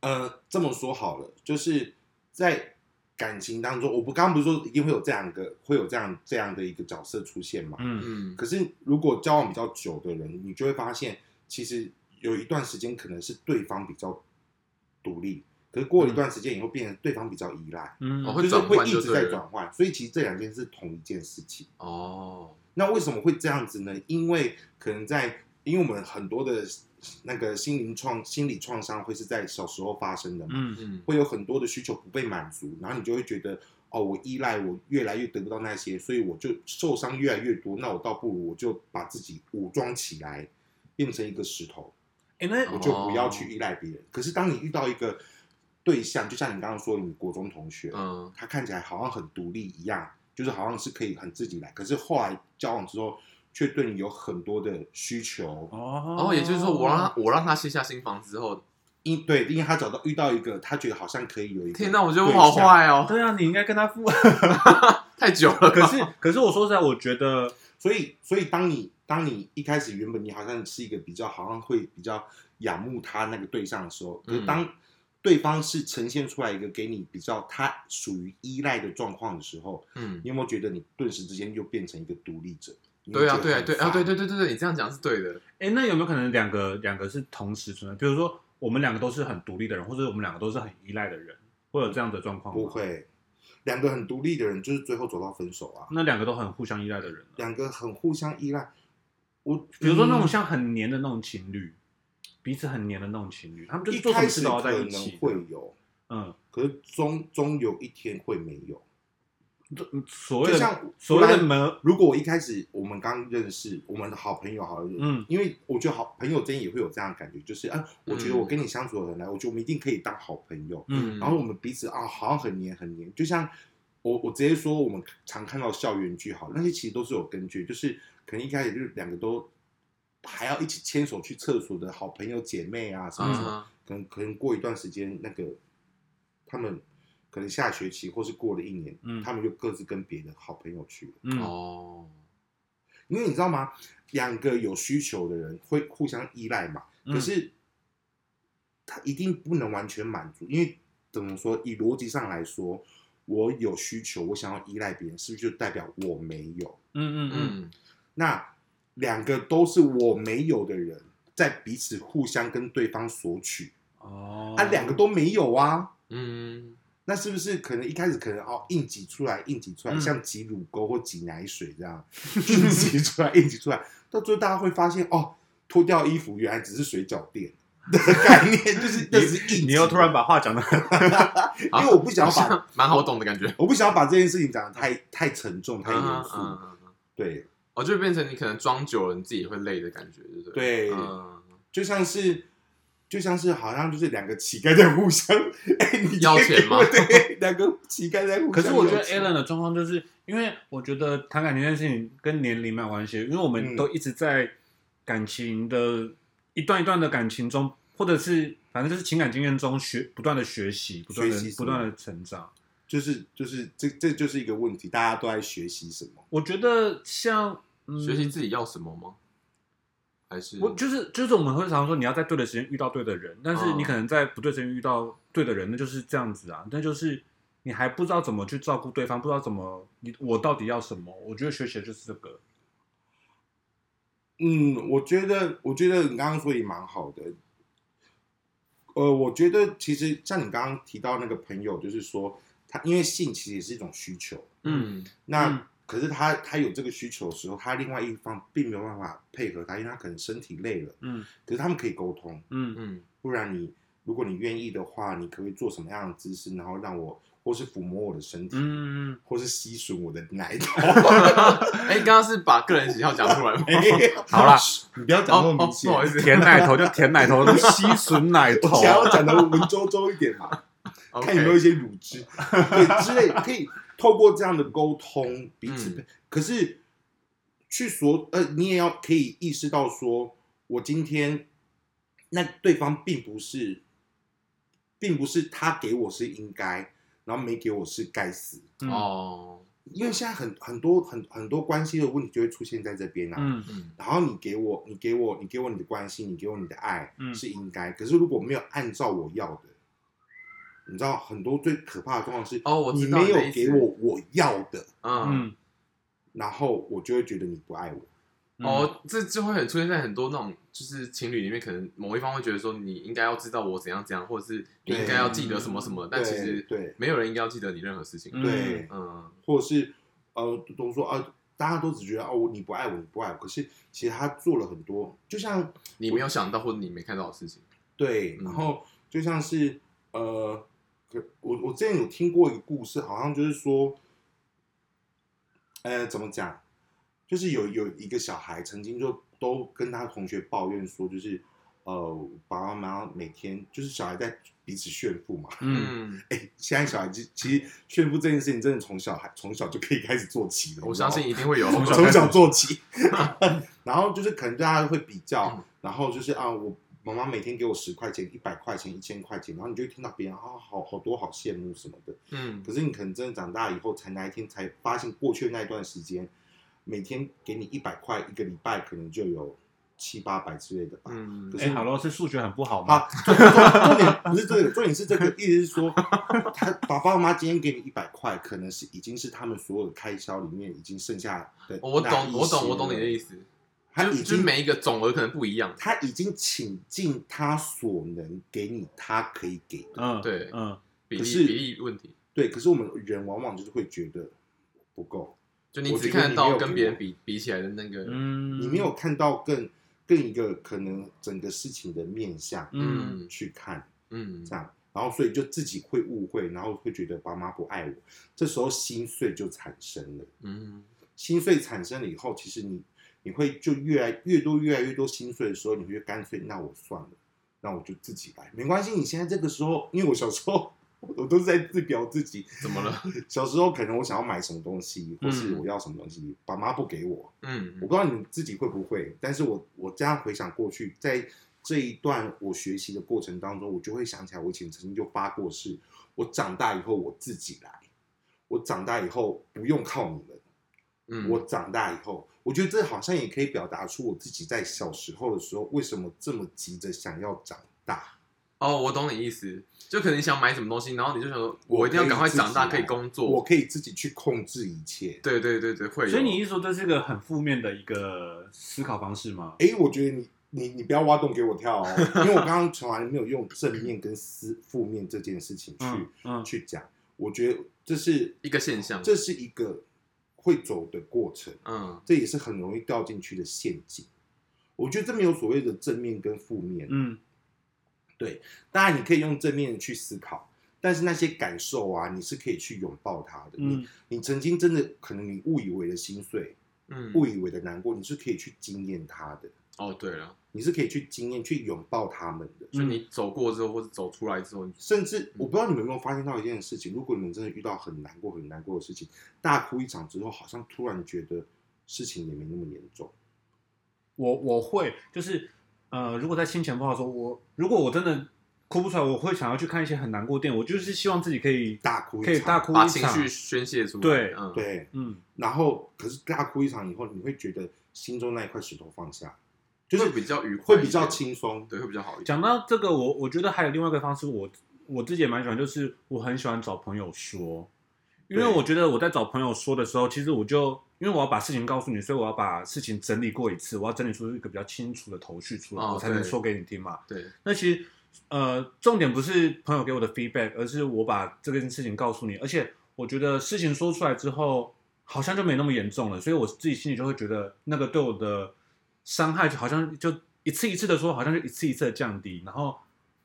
[SPEAKER 3] 呃，这么说好了，就是在感情当中，我不刚刚不是说一定会有这样一个会有这样这样的一个角色出现嘛？
[SPEAKER 2] 嗯
[SPEAKER 1] 嗯
[SPEAKER 3] 可是如果交往比较久的人，你就会发现，其实有一段时间可能是对方比较独立，可是过了一段时间以后，变成对方比较依赖，
[SPEAKER 1] 哦
[SPEAKER 2] 嗯
[SPEAKER 1] 会
[SPEAKER 3] 就是
[SPEAKER 1] 转
[SPEAKER 3] 会
[SPEAKER 1] 换
[SPEAKER 3] 一
[SPEAKER 1] 就
[SPEAKER 3] 直
[SPEAKER 1] 对
[SPEAKER 3] 在
[SPEAKER 1] 了
[SPEAKER 3] 转换。所以其实这两件是同一件事情。
[SPEAKER 1] 哦，
[SPEAKER 3] 那为什么会这样子呢？因为可能在，因为我们很多的那个心灵创、心理创伤会是在小时候发生的嘛，
[SPEAKER 2] 嗯
[SPEAKER 1] 嗯
[SPEAKER 3] 会有很多的需求不被满足，然后你就会觉得，哦，我依赖，我越来越得不到那些，所以我就受伤越来越多。那我倒不如我就把自己武装起来，变成一个石头，
[SPEAKER 2] 哎，那
[SPEAKER 1] 哦
[SPEAKER 3] 我就不要去依赖别人。可是当你遇到一个对象，就像你刚刚说，你国中同学，
[SPEAKER 1] 嗯
[SPEAKER 3] 他看起来好像很独立一样，就是好像是可以很自己来，可是后来交往之后，却对你有很多的需求。
[SPEAKER 2] 哦
[SPEAKER 1] 哦，也就是说，我让他我让他卸下心防之后，
[SPEAKER 3] 因对，因为他找到遇到一个他觉得好像可以有一个，
[SPEAKER 1] 天哪，我觉得我好，坏哦，
[SPEAKER 2] 对啊，你应该跟他复。
[SPEAKER 1] 太久了。
[SPEAKER 2] (laughs) 可是可是我说实在，我觉得
[SPEAKER 3] 所以所以当你当你一开始原本你好像是一个比较好像会比较仰慕他那个对象的时候，
[SPEAKER 1] 嗯
[SPEAKER 3] 可是当对方是呈现出来一个给你比较他属于依赖的状况的时候，
[SPEAKER 1] 嗯，
[SPEAKER 3] 你有没有觉得你顿时之间又变成一个独立者？你会
[SPEAKER 1] 对啊
[SPEAKER 3] 觉得
[SPEAKER 1] 对啊
[SPEAKER 3] 很
[SPEAKER 1] 对啊
[SPEAKER 3] 烦
[SPEAKER 1] 对对对对对，你这样讲是对的。
[SPEAKER 2] 哎，那有没有可能两个两个是同时存在？比如说，我们两个都是很独立的人，或者我们两个都是很依赖的人，会有这样的状况吗
[SPEAKER 3] 不。会，两个很独立的人就是最后走到分手啊，
[SPEAKER 2] 那两个都很互相依赖的人呢，
[SPEAKER 3] 两个很互相依赖。我嗯
[SPEAKER 2] 比如说那种像很黏的那种情侣，彼此很黏的那种情侣，他们就是
[SPEAKER 3] 一
[SPEAKER 2] 做什
[SPEAKER 3] 开
[SPEAKER 2] 么事
[SPEAKER 3] 始
[SPEAKER 2] 都要
[SPEAKER 3] 可
[SPEAKER 2] 在一
[SPEAKER 3] 能
[SPEAKER 2] 起。
[SPEAKER 3] 会有，
[SPEAKER 2] 嗯，
[SPEAKER 3] 可是终终有一天会没有。
[SPEAKER 2] 所谓
[SPEAKER 3] 就
[SPEAKER 2] 的
[SPEAKER 3] 像
[SPEAKER 2] 所谓
[SPEAKER 3] 不
[SPEAKER 2] 的
[SPEAKER 3] 然
[SPEAKER 2] 门，
[SPEAKER 3] 如果我一开始我们刚认识，我们的好朋友好了，
[SPEAKER 2] 嗯
[SPEAKER 3] 因为我觉得好朋友之间也会有这样的感觉，就是啊，我觉得
[SPEAKER 1] 嗯
[SPEAKER 3] 我跟你相处得很来，我觉得我们一定可以当好朋友。
[SPEAKER 2] 嗯
[SPEAKER 3] 然后我们彼此啊，好像很黏很黏，就像我我直接说，我们常看到校园剧好了，那些其实都是有根据，就是可能一开始就是两个都还要一起牵手去厕所的好朋友姐妹啊什么什
[SPEAKER 1] 嗯，
[SPEAKER 3] 么，可能可能过一段时间，那个他们可能下学期或是过了一年，
[SPEAKER 2] 嗯
[SPEAKER 3] 他们就各自跟别的好朋友去了，
[SPEAKER 2] 嗯
[SPEAKER 1] 哦，
[SPEAKER 3] 因为你知道吗？两个有需求的人会互相依赖嘛，
[SPEAKER 2] 嗯
[SPEAKER 3] 可是他一定不能完全满足，因为怎么说？以逻辑上来说，我有需求，我想要依赖别人，是不是就代表我没有？
[SPEAKER 2] 嗯嗯嗯，
[SPEAKER 1] 嗯，
[SPEAKER 3] 那两个都是我没有的人，在彼此互相跟对方索取，
[SPEAKER 2] 哦，
[SPEAKER 3] 啊，两个都没有啊，
[SPEAKER 1] 嗯，
[SPEAKER 3] 那是不是可能一开始可能哦硬挤出来，硬挤出来，
[SPEAKER 2] 嗯
[SPEAKER 3] 像挤乳沟或挤奶水这样，硬挤出来，硬挤出来，到最后大家会发现哦，脱掉衣服原来只是水饺店的概念，就是那只是硬挤。
[SPEAKER 2] 你又突然把话讲的，
[SPEAKER 3] 因为我不想要
[SPEAKER 1] 好
[SPEAKER 3] 把
[SPEAKER 1] 像蛮好懂的感
[SPEAKER 3] (laughs)
[SPEAKER 1] 觉。
[SPEAKER 3] 我不想要把这件事情讲的太太沉重、太严
[SPEAKER 1] 嗯
[SPEAKER 3] 肃，
[SPEAKER 1] 嗯嗯嗯，
[SPEAKER 3] 对，
[SPEAKER 1] 哦，就变成你可能装久了，你自己会累的感觉，对不
[SPEAKER 3] 对
[SPEAKER 1] 嗯，
[SPEAKER 3] 就像是。就像是好像就是两个乞丐在互相，哎、你
[SPEAKER 1] 要钱
[SPEAKER 3] 给我
[SPEAKER 1] 吗
[SPEAKER 3] 对，两个乞丐在互相要钱。
[SPEAKER 2] 可是我觉得 Alan 的状况就是，因为我觉得谈感情这件事情跟年龄没有关系，因为我
[SPEAKER 3] 嗯
[SPEAKER 2] 们都一直在感情的一段一段的感情中，或者是反正就是情感经验中学不断的学习，不断的
[SPEAKER 3] 学习什
[SPEAKER 2] 不
[SPEAKER 3] 么
[SPEAKER 2] 断的成长。
[SPEAKER 3] 就是就是这这就是一个问题，大家都在学习什么？
[SPEAKER 2] 我觉得像、嗯、
[SPEAKER 1] 学习自己要什么吗？还是
[SPEAKER 2] 我就是就是我们会常说你要在对的时间遇到对的人，但是你
[SPEAKER 1] 哦
[SPEAKER 2] 可能在不对的时间遇到对的人，那就是这样子啊，那就是你还不知道怎么去照顾对方，不知道怎么你我到底要什么，我觉得学习的就是这个，
[SPEAKER 3] 嗯，我觉得，我觉得你刚刚说也蛮好的。呃，我觉得其实像你刚刚提到那个朋友，就是说他因为性其实也是一种需求，
[SPEAKER 1] 嗯
[SPEAKER 3] 那、
[SPEAKER 2] 嗯
[SPEAKER 3] 可是他他有这个需求的时候，他另外一方并没有办法配合他，因为他可能身体累了。
[SPEAKER 2] 嗯
[SPEAKER 3] 可是他们可以沟通，
[SPEAKER 2] 嗯
[SPEAKER 1] 嗯 (laughs)
[SPEAKER 3] 不然你如果你愿意的话，你可以做什么样的姿势，然后让我或是抚摸我的身体，
[SPEAKER 2] 嗯，嗯
[SPEAKER 3] 或是吸吮我的奶头。
[SPEAKER 1] 哎，刚刚是把个人喜好讲出来吗？
[SPEAKER 2] (laughs)
[SPEAKER 3] (laughs)
[SPEAKER 2] 好啦，
[SPEAKER 3] 你不要讲那
[SPEAKER 1] 哦
[SPEAKER 3] 么
[SPEAKER 1] 哦
[SPEAKER 3] 明，显
[SPEAKER 1] 不。好意思，
[SPEAKER 2] (laughs) 舔奶头就舔奶头，吸吮奶
[SPEAKER 3] 我
[SPEAKER 2] 头
[SPEAKER 3] 想，要讲的文绉绉一点嘛，看有没有一
[SPEAKER 1] OK，
[SPEAKER 3] 些乳汁，对之类，可以透过这样的沟通彼此。
[SPEAKER 1] 嗯
[SPEAKER 3] 可是去所呃，你也要可以意识到说，我今天那对方并不是，并不是他给我是应该，然后没给我是该死。
[SPEAKER 2] 嗯
[SPEAKER 1] 哦，
[SPEAKER 3] 因为现在很很多很很多关系的问题就会出现在这边啊。
[SPEAKER 2] 嗯
[SPEAKER 1] 嗯
[SPEAKER 3] 然后你给我，你给我，你给我你的关心，你给我你的爱，
[SPEAKER 2] 嗯
[SPEAKER 3] 是应该。可是如果没有按照我要的，你知道很多最可怕的状况是，
[SPEAKER 1] 哦我
[SPEAKER 3] 你
[SPEAKER 1] 知道
[SPEAKER 3] 没
[SPEAKER 1] 你的
[SPEAKER 3] 有
[SPEAKER 1] 意思
[SPEAKER 3] 给我我要的，
[SPEAKER 1] 嗯，
[SPEAKER 2] 嗯，
[SPEAKER 3] 然后我就会觉得你不爱我。
[SPEAKER 2] 嗯，
[SPEAKER 1] 哦，这就会很出现在很多那种就是情侣里面，可能某一方会觉得说你应该要知道我怎样怎样，或者是你
[SPEAKER 3] 对
[SPEAKER 1] 应该要记得什么什么，但其实
[SPEAKER 3] 对
[SPEAKER 1] 没有人应该要记得你任何事情。
[SPEAKER 2] 嗯
[SPEAKER 3] 对，
[SPEAKER 1] 嗯
[SPEAKER 3] 或者是呃，都说啊，大家都只觉得哦，你不爱我，你不爱我。可是其实他做了很多，就像
[SPEAKER 1] 你没有想到或者你没看到的事情。
[SPEAKER 3] 对，
[SPEAKER 1] 嗯
[SPEAKER 3] 然后就像是呃，可我我之前有听过一个故事，好像就是说，呃，怎么讲，就是有有一个小孩曾经就都跟他同学抱怨说，就是呃，爸爸妈妈每天就是小孩在彼此炫富嘛， (laughs)
[SPEAKER 2] 嗯，
[SPEAKER 1] 嗯，
[SPEAKER 3] 哎，现在小孩其其实炫富这件事情真的从小孩从小就可以开始做起了，
[SPEAKER 1] 我
[SPEAKER 3] 你知道
[SPEAKER 1] 相
[SPEAKER 3] 吗
[SPEAKER 1] 信一定
[SPEAKER 2] (laughs)
[SPEAKER 1] 会有。嗯
[SPEAKER 2] 从
[SPEAKER 3] 从
[SPEAKER 2] 小
[SPEAKER 3] 小做
[SPEAKER 1] (laughs)
[SPEAKER 3] 起，然后就是可能大家会比较
[SPEAKER 1] 嗯，
[SPEAKER 3] 然后就是啊，我妈妈每天给我十块钱、一百块钱、一千块钱，然后你就会听到别人啊，好好多好羡慕什么的。
[SPEAKER 1] 嗯
[SPEAKER 3] 可是你可能真的长大以后，才哪一天才发现，过去的那一段时间，每天给你一百块，一个礼拜可能就有七八百之类的吧。
[SPEAKER 1] 嗯
[SPEAKER 3] 可，
[SPEAKER 2] 哎，好了，是数学很不好吗？
[SPEAKER 3] 啊，重重点不是这个，重点是这个，意思是说，他爸爸妈妈今天给你一百块，可能是已经是他们所有的开销里面已经剩下
[SPEAKER 1] (laughs)
[SPEAKER 3] 的。
[SPEAKER 1] 哦我懂，我懂，我懂你的意
[SPEAKER 3] 思。
[SPEAKER 1] 思。
[SPEAKER 3] 他
[SPEAKER 1] 就
[SPEAKER 3] 已
[SPEAKER 1] 就是
[SPEAKER 3] 经
[SPEAKER 1] 每一个总额可能不一样。
[SPEAKER 3] 他已经倾尽他所能给你他可以给的，
[SPEAKER 2] 嗯，
[SPEAKER 1] 对
[SPEAKER 2] 嗯，
[SPEAKER 1] 比
[SPEAKER 3] 可
[SPEAKER 1] 例
[SPEAKER 3] 是
[SPEAKER 1] 比例问题，
[SPEAKER 3] 对。可是我们人往往就是会觉得不够，
[SPEAKER 1] 就你
[SPEAKER 3] 我
[SPEAKER 1] 只
[SPEAKER 3] 觉得
[SPEAKER 1] 看得
[SPEAKER 3] 你没
[SPEAKER 1] 到
[SPEAKER 3] 有
[SPEAKER 1] 跟
[SPEAKER 3] 给
[SPEAKER 1] 别人
[SPEAKER 3] 我
[SPEAKER 1] 比比起来的那个。
[SPEAKER 2] 嗯，
[SPEAKER 3] 你没有看到更更一个可能整个事情的面向
[SPEAKER 2] 嗯
[SPEAKER 1] 嗯
[SPEAKER 3] 去看，
[SPEAKER 1] 嗯
[SPEAKER 3] 这样，然后所以就自己会误会，然后会觉得爸妈不爱我，这时候心碎就产生了。
[SPEAKER 1] 嗯
[SPEAKER 3] 心碎产生了以后，其实你你会就越来越多、越来越多心碎的时候，你会干脆那我算了，那我就自己来，没关系。你现在这个时候，因为我小时候 (laughs) 我都是在自表自己，
[SPEAKER 1] 怎么
[SPEAKER 3] (laughs)
[SPEAKER 1] 了？
[SPEAKER 3] 小时候可能我想要买什么东西，或是
[SPEAKER 1] 嗯
[SPEAKER 3] 我要什么东西，爸妈不给我，
[SPEAKER 1] 嗯
[SPEAKER 3] 我不知道你自己会不会，但是我我这样回想过去，在这一段我学习的过程当中，我就会想起来，我以前曾经就发过誓，我长大以后我自己来，我长大以后不用靠你们。
[SPEAKER 1] 嗯，
[SPEAKER 3] 我长大以后，我觉得这好像也可以表达出我自己在小时候的时候为什么这么急着想要长大。
[SPEAKER 1] 哦，我懂你意思，就可能你想买什么东西，然后你就想说，
[SPEAKER 3] 我
[SPEAKER 1] 一定要赶快长大，
[SPEAKER 3] 可
[SPEAKER 1] 可
[SPEAKER 3] 以
[SPEAKER 1] 以
[SPEAKER 3] 自己来
[SPEAKER 1] 工
[SPEAKER 3] 我
[SPEAKER 1] 作。
[SPEAKER 3] 可以自己去控制一切。
[SPEAKER 1] 对对对对，会有。
[SPEAKER 2] 所以你一说这是个很负面的一个思考方式吗？
[SPEAKER 3] 诶，我觉得你你你不要挖洞给我跳哦，
[SPEAKER 1] (laughs)
[SPEAKER 3] 因为我刚刚从来没有用正面跟思负面这件事情去、
[SPEAKER 2] 嗯嗯
[SPEAKER 3] 去讲。我觉得这是
[SPEAKER 1] 一个现象
[SPEAKER 3] 这是一个会走的过程。
[SPEAKER 1] 嗯
[SPEAKER 3] 这也是很容易掉进去的陷阱。我觉得这没有所谓的正面跟负面，
[SPEAKER 2] 嗯
[SPEAKER 3] 当然你可以用正面去思考，但是那些感受啊，你是可以去拥抱它的。
[SPEAKER 2] 嗯
[SPEAKER 3] 你你曾经真的可能你误以为的心碎，
[SPEAKER 1] 嗯，
[SPEAKER 3] 误以为的难过，你是可以去经验它的，
[SPEAKER 1] 哦对了，
[SPEAKER 3] 你是可以去经验、去拥抱他们的。
[SPEAKER 1] 所以你走过之后，或者走出来之后，
[SPEAKER 3] 甚至我不知道你们有没有发现到一件事情，如果你们真的遇到很难过、很难过的事情，大哭一场之后，好像突然觉得事情也没那么严重。
[SPEAKER 2] 我我会就是呃，如果在心情不好的时候，我如果我真的哭不出来，我会想要去看一些很难过的电影，我就是希望自己可以
[SPEAKER 3] 大哭一
[SPEAKER 2] 可以
[SPEAKER 3] 场
[SPEAKER 2] 大哭
[SPEAKER 1] 把
[SPEAKER 2] 一
[SPEAKER 1] 情
[SPEAKER 2] 场
[SPEAKER 1] 绪。宣泄出来。
[SPEAKER 2] 对
[SPEAKER 1] 嗯，
[SPEAKER 3] 对，
[SPEAKER 2] 嗯
[SPEAKER 3] 然后可是大哭一场以后，你会觉得心中那一块石头放下，就
[SPEAKER 1] 会
[SPEAKER 3] 是
[SPEAKER 1] 比较愉快
[SPEAKER 3] 会
[SPEAKER 1] 一点，
[SPEAKER 3] 比较轻松。
[SPEAKER 1] 对，会比较好一点。
[SPEAKER 2] 讲到这个，我我觉得还有另外一个方式，我我自己也蛮喜欢，就是我很喜欢找朋友说，因为
[SPEAKER 3] 对
[SPEAKER 2] 我觉得我在找朋友说的时候，其实我就因为我要把事情告诉你，所以我要把事情整理过一次，我要整理出一个比较清楚的头绪出来，
[SPEAKER 1] 哦
[SPEAKER 2] 我才能
[SPEAKER 1] 对
[SPEAKER 2] 说给你听嘛。
[SPEAKER 1] 对，
[SPEAKER 2] 那其实呃，重点不是朋友给我的 feedback，而是我把这件事情告诉你，而且我觉得事情说出来之后，好像就没那么严重了，所以我自己心里就会觉得那个对我的伤害，就好像就一次一次的说，好像就一次一次的降低，然后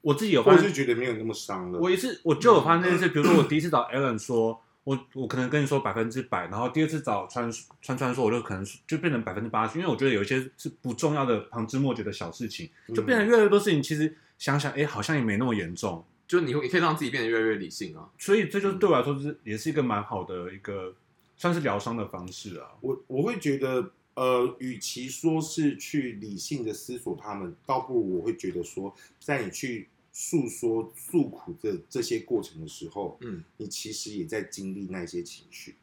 [SPEAKER 2] 我自己有发
[SPEAKER 3] 我是
[SPEAKER 2] 现，
[SPEAKER 3] 觉得没有那么伤了。
[SPEAKER 2] 我一次我就有发现这件事，比如说我第一次找 Alan 说。我我可能跟你说百分之百，然后第二次找川川川说，我就可能就变成百分之八十，因为我觉得有一些是不重要的旁枝末节的小事情，就
[SPEAKER 1] 嗯
[SPEAKER 2] 变成越来越多事情，其实想想，哎、好像也没那么严重。
[SPEAKER 1] 就你会，你可以让自己变得越来越理性啊。
[SPEAKER 2] 所以这就是对我来说是也是一个蛮好的一个算是疗伤的方式啊。
[SPEAKER 3] 我我会觉得，呃，与其说是去理性的思索他们，倒不如我会觉得说，在你去诉说诉苦的这些过程的时候，
[SPEAKER 1] 嗯，
[SPEAKER 3] 你其实也在经历那些情绪。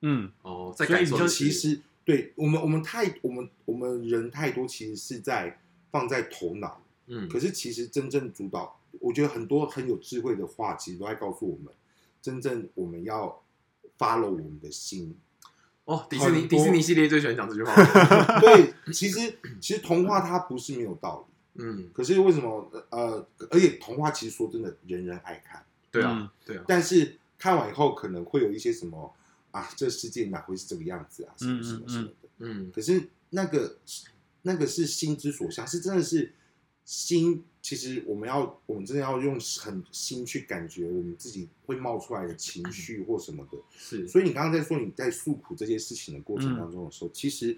[SPEAKER 2] 嗯，
[SPEAKER 1] 哦，在
[SPEAKER 2] 所以
[SPEAKER 1] 感
[SPEAKER 2] 你
[SPEAKER 1] 受
[SPEAKER 2] 就
[SPEAKER 1] 自己
[SPEAKER 3] 其实，对我们我们太我们我们人太多，其实是在放在头脑，
[SPEAKER 1] 嗯
[SPEAKER 3] 可，是其实真正主导，我觉得很多很有智慧的话，其实都在告诉我们，真正我们要 follow 我们的心。
[SPEAKER 1] 哦，迪士尼
[SPEAKER 3] 很多
[SPEAKER 1] 迪士尼系列最喜欢讲这句话。
[SPEAKER 3] (laughs) 对，其实其实童话它不是没有道理，
[SPEAKER 1] 嗯，
[SPEAKER 3] 可是为什么呃，而且童话其实说真的，人人爱看，
[SPEAKER 1] 对
[SPEAKER 2] 嗯
[SPEAKER 1] 啊，对啊，
[SPEAKER 3] 但是看完以后可能会有一些什么啊，这世界哪会是这个样子啊，什么什么什么的。
[SPEAKER 1] 嗯，
[SPEAKER 3] 可是那个那个是心之所向，是真的是心。其实我们要，我们真的要用很心去感觉我们自己会冒出来的情绪或什么的。
[SPEAKER 1] 是，
[SPEAKER 3] 所以你刚刚在说你在诉苦这些事情的过
[SPEAKER 2] 嗯
[SPEAKER 3] 程当中的时候，其实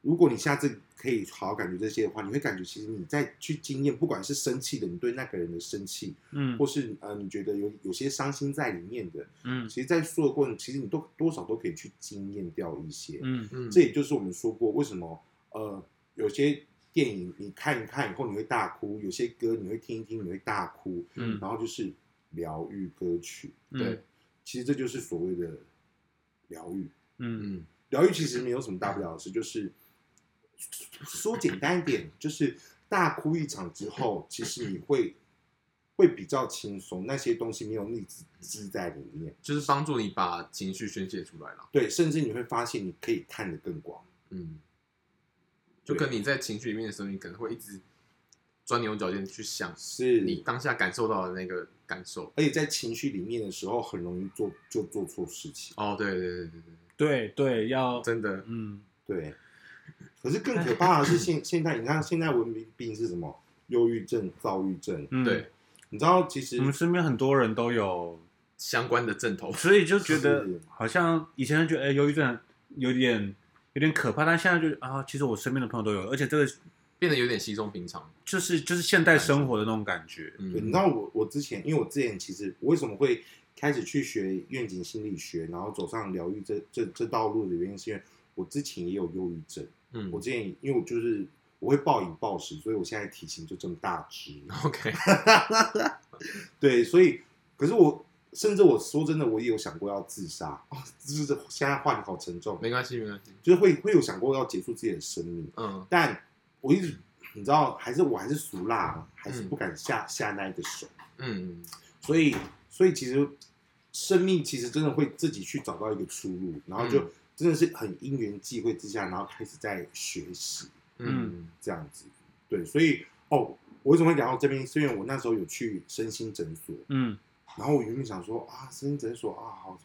[SPEAKER 3] 如果你下次可以好好感觉这些的话，你会感觉其实你在去经验，不管是生气的，你对那个人的生气，
[SPEAKER 2] 嗯
[SPEAKER 3] 或是呃你觉得有有些伤心在里面的，
[SPEAKER 2] 嗯
[SPEAKER 3] 其实，在说的过程，其实你都多少都可以去经验掉一些。
[SPEAKER 2] 嗯
[SPEAKER 1] 嗯，
[SPEAKER 3] 这也就是我们说过，为什么呃有些电影你看一看以后你会大哭，有些歌你会听一听你会大哭，
[SPEAKER 2] 嗯
[SPEAKER 3] 然后就是疗愈歌曲，
[SPEAKER 1] 对，
[SPEAKER 3] 其实这就是所谓的疗愈。
[SPEAKER 2] 嗯
[SPEAKER 1] 嗯，
[SPEAKER 3] 疗愈其实没有什么大不了的事，就是说简单一点，就是大哭一场之后，其实你会会比较轻松，那些东西没有腻子积在里面，
[SPEAKER 1] 就是帮助你把情绪宣泄出来了。
[SPEAKER 3] 对，甚至你会发现你可以看得更广。
[SPEAKER 1] 嗯，就跟你在情绪里面的时候，你可能会一直钻牛角尖去想
[SPEAKER 3] 是
[SPEAKER 1] 你当下感受到的那个感受。
[SPEAKER 3] 嗯而且在情绪里面的时候，很容易做就做错事情。
[SPEAKER 1] 哦，对对对对对，
[SPEAKER 2] 对对，要
[SPEAKER 1] 真的，
[SPEAKER 2] 嗯
[SPEAKER 3] 对，可是更可怕的是现 (laughs) 现在，你看现在文明病是什么？忧郁症、躁郁症。
[SPEAKER 2] 嗯，
[SPEAKER 1] 对，
[SPEAKER 3] 你知道，其实
[SPEAKER 2] 我们身边很多人都有，
[SPEAKER 1] 相关的症头。
[SPEAKER 2] 所以就觉得
[SPEAKER 3] 是
[SPEAKER 2] 好像以前就觉得哎，忧郁症有点有点可怕，但现在就啊，其实我身边的朋友都有，而且这个
[SPEAKER 1] 变得有点稀松平常。
[SPEAKER 2] 就是就是现代生活的那种感觉。
[SPEAKER 1] 嗯
[SPEAKER 3] 对，你知道我我之前，因为我之前其实我为什么会开始去学愿景心理学，然后走上疗愈这这这道路的原因，是因为我之前也有忧郁症。
[SPEAKER 1] 嗯
[SPEAKER 3] 我之前因为我就是我会暴饮暴食，所以我现在体型就这么大只。
[SPEAKER 1] ，OK，
[SPEAKER 3] 对，所以可是我甚至我说真的，我也有想过要自杀 (laughs) 哦，就是现在话题好沉重，
[SPEAKER 1] 没关系没关系。
[SPEAKER 3] 就是会会有想过要结束自己的生命，
[SPEAKER 1] 嗯，
[SPEAKER 3] 但我一直你知道，还是我还是俗辣，啊还是不敢下、下那一个手，
[SPEAKER 1] 嗯，
[SPEAKER 3] 所以所以其实生命其实真的会自己去找到一个出路，然后就
[SPEAKER 1] 嗯
[SPEAKER 3] 真的是很因缘际会之下，然后开始在学习
[SPEAKER 1] 嗯
[SPEAKER 3] 这样子，对，所以哦，我为什么会聊到这边？是因为我那时候有去身心诊所。
[SPEAKER 2] 嗯
[SPEAKER 3] 然后我原本想说啊，身心诊所啊，好，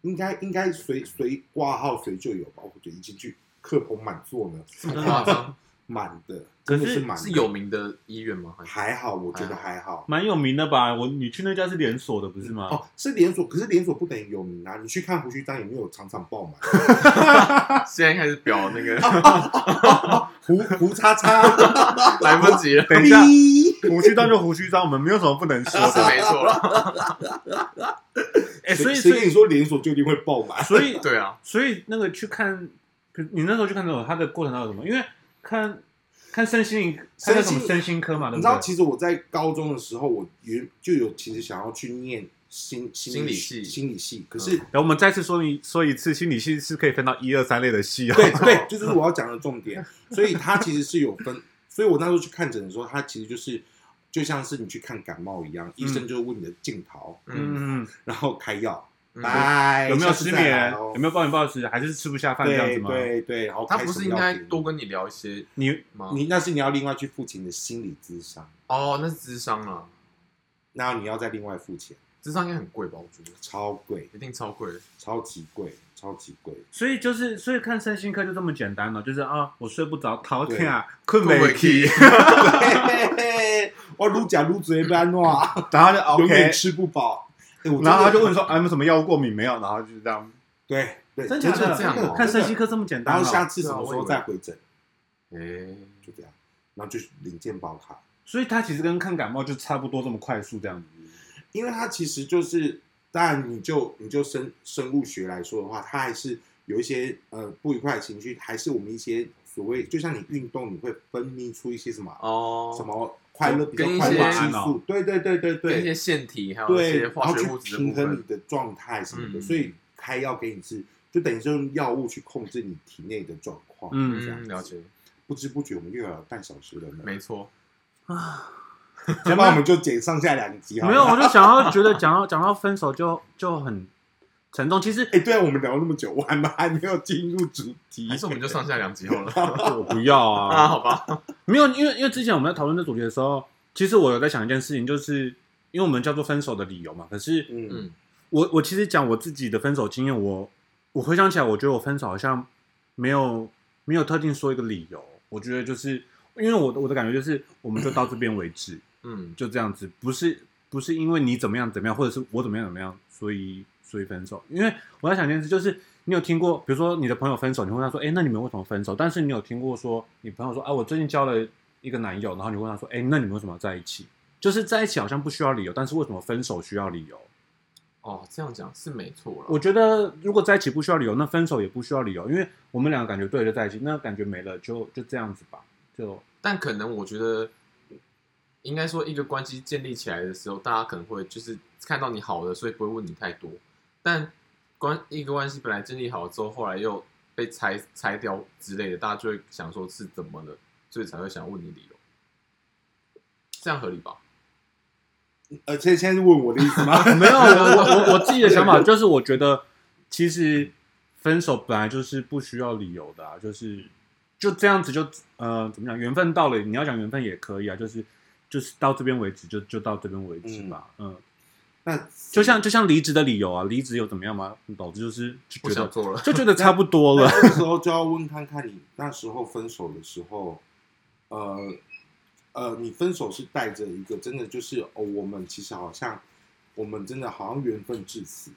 [SPEAKER 3] 应该应该随随挂号随就有吧，我就已经去客棚满座呢，
[SPEAKER 1] 这么夸
[SPEAKER 3] (laughs)
[SPEAKER 1] 张？
[SPEAKER 3] 满的，
[SPEAKER 2] 可
[SPEAKER 3] 真
[SPEAKER 2] 是
[SPEAKER 3] 的满的
[SPEAKER 1] 是有啊名的医院吗？还是
[SPEAKER 3] 还好，我觉得还好。
[SPEAKER 2] 蛮有名的吧？我你去那家是连锁的，不是吗？
[SPEAKER 3] 哦，是连锁，可是连锁不等于有名啊！你去看胡须章也没有场场爆满，
[SPEAKER 1] 现在开始表那个
[SPEAKER 2] (laughs)
[SPEAKER 3] 胡胡叉叉，
[SPEAKER 1] 来不及
[SPEAKER 3] (laughs)
[SPEAKER 1] 了，
[SPEAKER 2] 等一下
[SPEAKER 3] 哔
[SPEAKER 2] 胡须章就胡须章，我们没有什么不能说
[SPEAKER 3] 啊
[SPEAKER 1] 是
[SPEAKER 2] 的。
[SPEAKER 1] 没错了。
[SPEAKER 2] 哎、所以
[SPEAKER 3] 谁
[SPEAKER 2] 所
[SPEAKER 3] 跟
[SPEAKER 2] 以
[SPEAKER 3] 你说连锁就一定会爆满？
[SPEAKER 2] 所以
[SPEAKER 1] 对啊，
[SPEAKER 2] 所以那个去看，可你那时候去看这种，它的过程到底什么？因为看看身心灵，它叫什么
[SPEAKER 3] 身心
[SPEAKER 2] 身心科嘛，
[SPEAKER 3] 你
[SPEAKER 2] 对
[SPEAKER 3] 知
[SPEAKER 2] 不
[SPEAKER 3] 道，
[SPEAKER 2] 对？
[SPEAKER 3] 其实我在高中的时候，我原就有其实想要去念心心
[SPEAKER 1] 心理系
[SPEAKER 3] 心理系，可是
[SPEAKER 2] 然后我们再次说明说一次，心理系是可以分到一二三类的系啊。
[SPEAKER 3] 对对，就是我要讲的重点。所以它其实是有分，所以我那时候去看诊的时候，它其实就是就像是你去看感冒一样，医生就问你的镜头，
[SPEAKER 1] 嗯，
[SPEAKER 2] 嗯，
[SPEAKER 3] 然后开药，
[SPEAKER 1] 嗯
[SPEAKER 3] 拜、
[SPEAKER 2] 有没有
[SPEAKER 3] 下次
[SPEAKER 2] 失
[SPEAKER 3] 再来
[SPEAKER 2] 眠？
[SPEAKER 3] 哦
[SPEAKER 2] 有没有暴饮暴食？还是吃不下饭这样子
[SPEAKER 3] 对
[SPEAKER 2] 吗？
[SPEAKER 3] 对对，然后
[SPEAKER 1] 他
[SPEAKER 3] 开
[SPEAKER 1] 不
[SPEAKER 3] 什
[SPEAKER 1] 是应
[SPEAKER 3] 么药
[SPEAKER 1] 该
[SPEAKER 3] 给你
[SPEAKER 1] 多跟你聊一些
[SPEAKER 2] 你
[SPEAKER 1] 吗？
[SPEAKER 3] 你那是你要另外去付钱的心理咨商，
[SPEAKER 1] 哦，那是智商啊，
[SPEAKER 3] 那你要再另外付钱，
[SPEAKER 1] 智商应该很贵吧？我觉得
[SPEAKER 3] 超贵，
[SPEAKER 1] 一定超贵。
[SPEAKER 3] 超级贵，超级
[SPEAKER 2] (laughs)
[SPEAKER 3] 贵。
[SPEAKER 2] 所以就是，所以看身心科就这么简单了，就是啊，我睡不着，头疼啊，困
[SPEAKER 1] 困
[SPEAKER 2] 没
[SPEAKER 1] 不
[SPEAKER 2] 起
[SPEAKER 1] 起，
[SPEAKER 3] 嘿嘿嘿我撸假撸嘴被安诺，
[SPEAKER 2] 然后就
[SPEAKER 3] 永远
[SPEAKER 2] OK，
[SPEAKER 3] 吃不饱。哎我
[SPEAKER 2] 然后他
[SPEAKER 3] 真的
[SPEAKER 2] 就问说，啊，有没有什么药物过敏没有？然后就这样，
[SPEAKER 3] 对对，
[SPEAKER 2] 真
[SPEAKER 1] 假的
[SPEAKER 3] 真的
[SPEAKER 1] 这样哦
[SPEAKER 2] 看身心
[SPEAKER 3] 心，
[SPEAKER 2] 科这么简
[SPEAKER 3] 然
[SPEAKER 2] 单
[SPEAKER 3] 后下
[SPEAKER 2] 哦。
[SPEAKER 3] 次什么时候再回诊，
[SPEAKER 1] 哎，
[SPEAKER 3] 就这样，然后就领健保卡，
[SPEAKER 2] 所以他其实跟看感冒就差不多这么快速这样子。
[SPEAKER 3] 因为它其实就是，当然你就你就生生物学来说的话，它还是有一些呃不愉快的情绪，还是我们一些所谓，就像你运动，你会分泌出一些什么
[SPEAKER 1] 哦，
[SPEAKER 3] (laughs) 什么快乐比较
[SPEAKER 1] 跟一
[SPEAKER 3] 快乐
[SPEAKER 2] 些
[SPEAKER 3] 激素，对对对对
[SPEAKER 1] 跟一
[SPEAKER 3] 对
[SPEAKER 1] 些腺体还有一
[SPEAKER 3] 对，
[SPEAKER 1] 些
[SPEAKER 3] 然
[SPEAKER 1] 化
[SPEAKER 3] 后
[SPEAKER 1] 学
[SPEAKER 3] 去
[SPEAKER 1] 物质的
[SPEAKER 3] 平
[SPEAKER 1] 部
[SPEAKER 3] 衡你
[SPEAKER 1] 分，
[SPEAKER 3] 的状态什么的，
[SPEAKER 1] 嗯
[SPEAKER 3] 所以开药给你吃，就等于是用药物去控制你体内的状况。
[SPEAKER 2] 嗯
[SPEAKER 3] 这样
[SPEAKER 1] 嗯，
[SPEAKER 3] 子
[SPEAKER 1] 了解，
[SPEAKER 3] 不知不觉我们又有半小时了呢，
[SPEAKER 1] 没错，
[SPEAKER 2] 啊，
[SPEAKER 3] 要不然我们就剪上下两集好了
[SPEAKER 2] 没有，我就想要觉得讲到讲到分手就就很沉重。其实
[SPEAKER 3] 哎、对啊，我们聊了那么久，我还没还没有进入主题
[SPEAKER 1] 还。是我们就上下两集好
[SPEAKER 2] (laughs)
[SPEAKER 1] 了
[SPEAKER 2] (laughs) 我不要
[SPEAKER 1] 啊，好吧，
[SPEAKER 2] 没有，因为因为之前我们在讨论这主题的时候，其实我有在想一件事情，就是因为我们叫做分手的理由嘛。可是
[SPEAKER 3] 嗯，
[SPEAKER 1] 嗯，
[SPEAKER 2] 我我其实讲我自己的分手经验，我我回想起来，我觉得我分手好像没有没有特定说一个理由。我觉得就是因为我的我的感觉就是，我们就到这边为止，
[SPEAKER 1] 嗯，
[SPEAKER 2] 就这样子，不是不是因为你怎么样怎么样，或者是我怎么样怎么样，所以所以分手。因为我在想一件事，就是你有听过，比如说你的朋友分手，你问他说，哎、那你们为什么分手？但是你有听过说，你朋友说，啊，我最近交了一个男友，然后你问他说，哎、那你们为什么要在一起？就是在一起好像不需要理由，但是为什么分手需要理由？
[SPEAKER 1] 哦，这样讲是没错了，
[SPEAKER 2] 我觉得如果在一起不需要理由，那分手也不需要理由，因为我们两个感觉对了就在一起，那感觉没了就就这样子吧，就
[SPEAKER 1] 但可能我觉得，应该说一个关系建立起来的时候，大家可能会就是看到你好的，所以不会问你太多。但关一个关系本来建立好之后，后来又被拆拆掉之类的，大家就会想说是怎么了，所以才会想问你理由。这样合理吧？
[SPEAKER 3] 呃，现在现在是问我的意思吗？ (laughs)
[SPEAKER 2] 没有我我我我自己的想法就是，我觉得其实分手本来就是不需要理由的啊，就是就这样子就呃怎么讲，缘分到了，你要讲缘分也可以啊，就是就是到这边为止，就就到这边为止吧，嗯，
[SPEAKER 3] 那
[SPEAKER 2] 就像就像离职的理由啊，离职有怎么样吗？老子就是就
[SPEAKER 1] 不
[SPEAKER 2] 觉
[SPEAKER 1] 想
[SPEAKER 2] 得嗯
[SPEAKER 1] 做了，
[SPEAKER 2] 就觉得差不多
[SPEAKER 3] 那
[SPEAKER 2] 了，
[SPEAKER 3] 那个时候就要问看看你那时候分手的时候，呃呃，你分手是带着一个真的就是哦，我们其实好像我们真的好像缘分至此。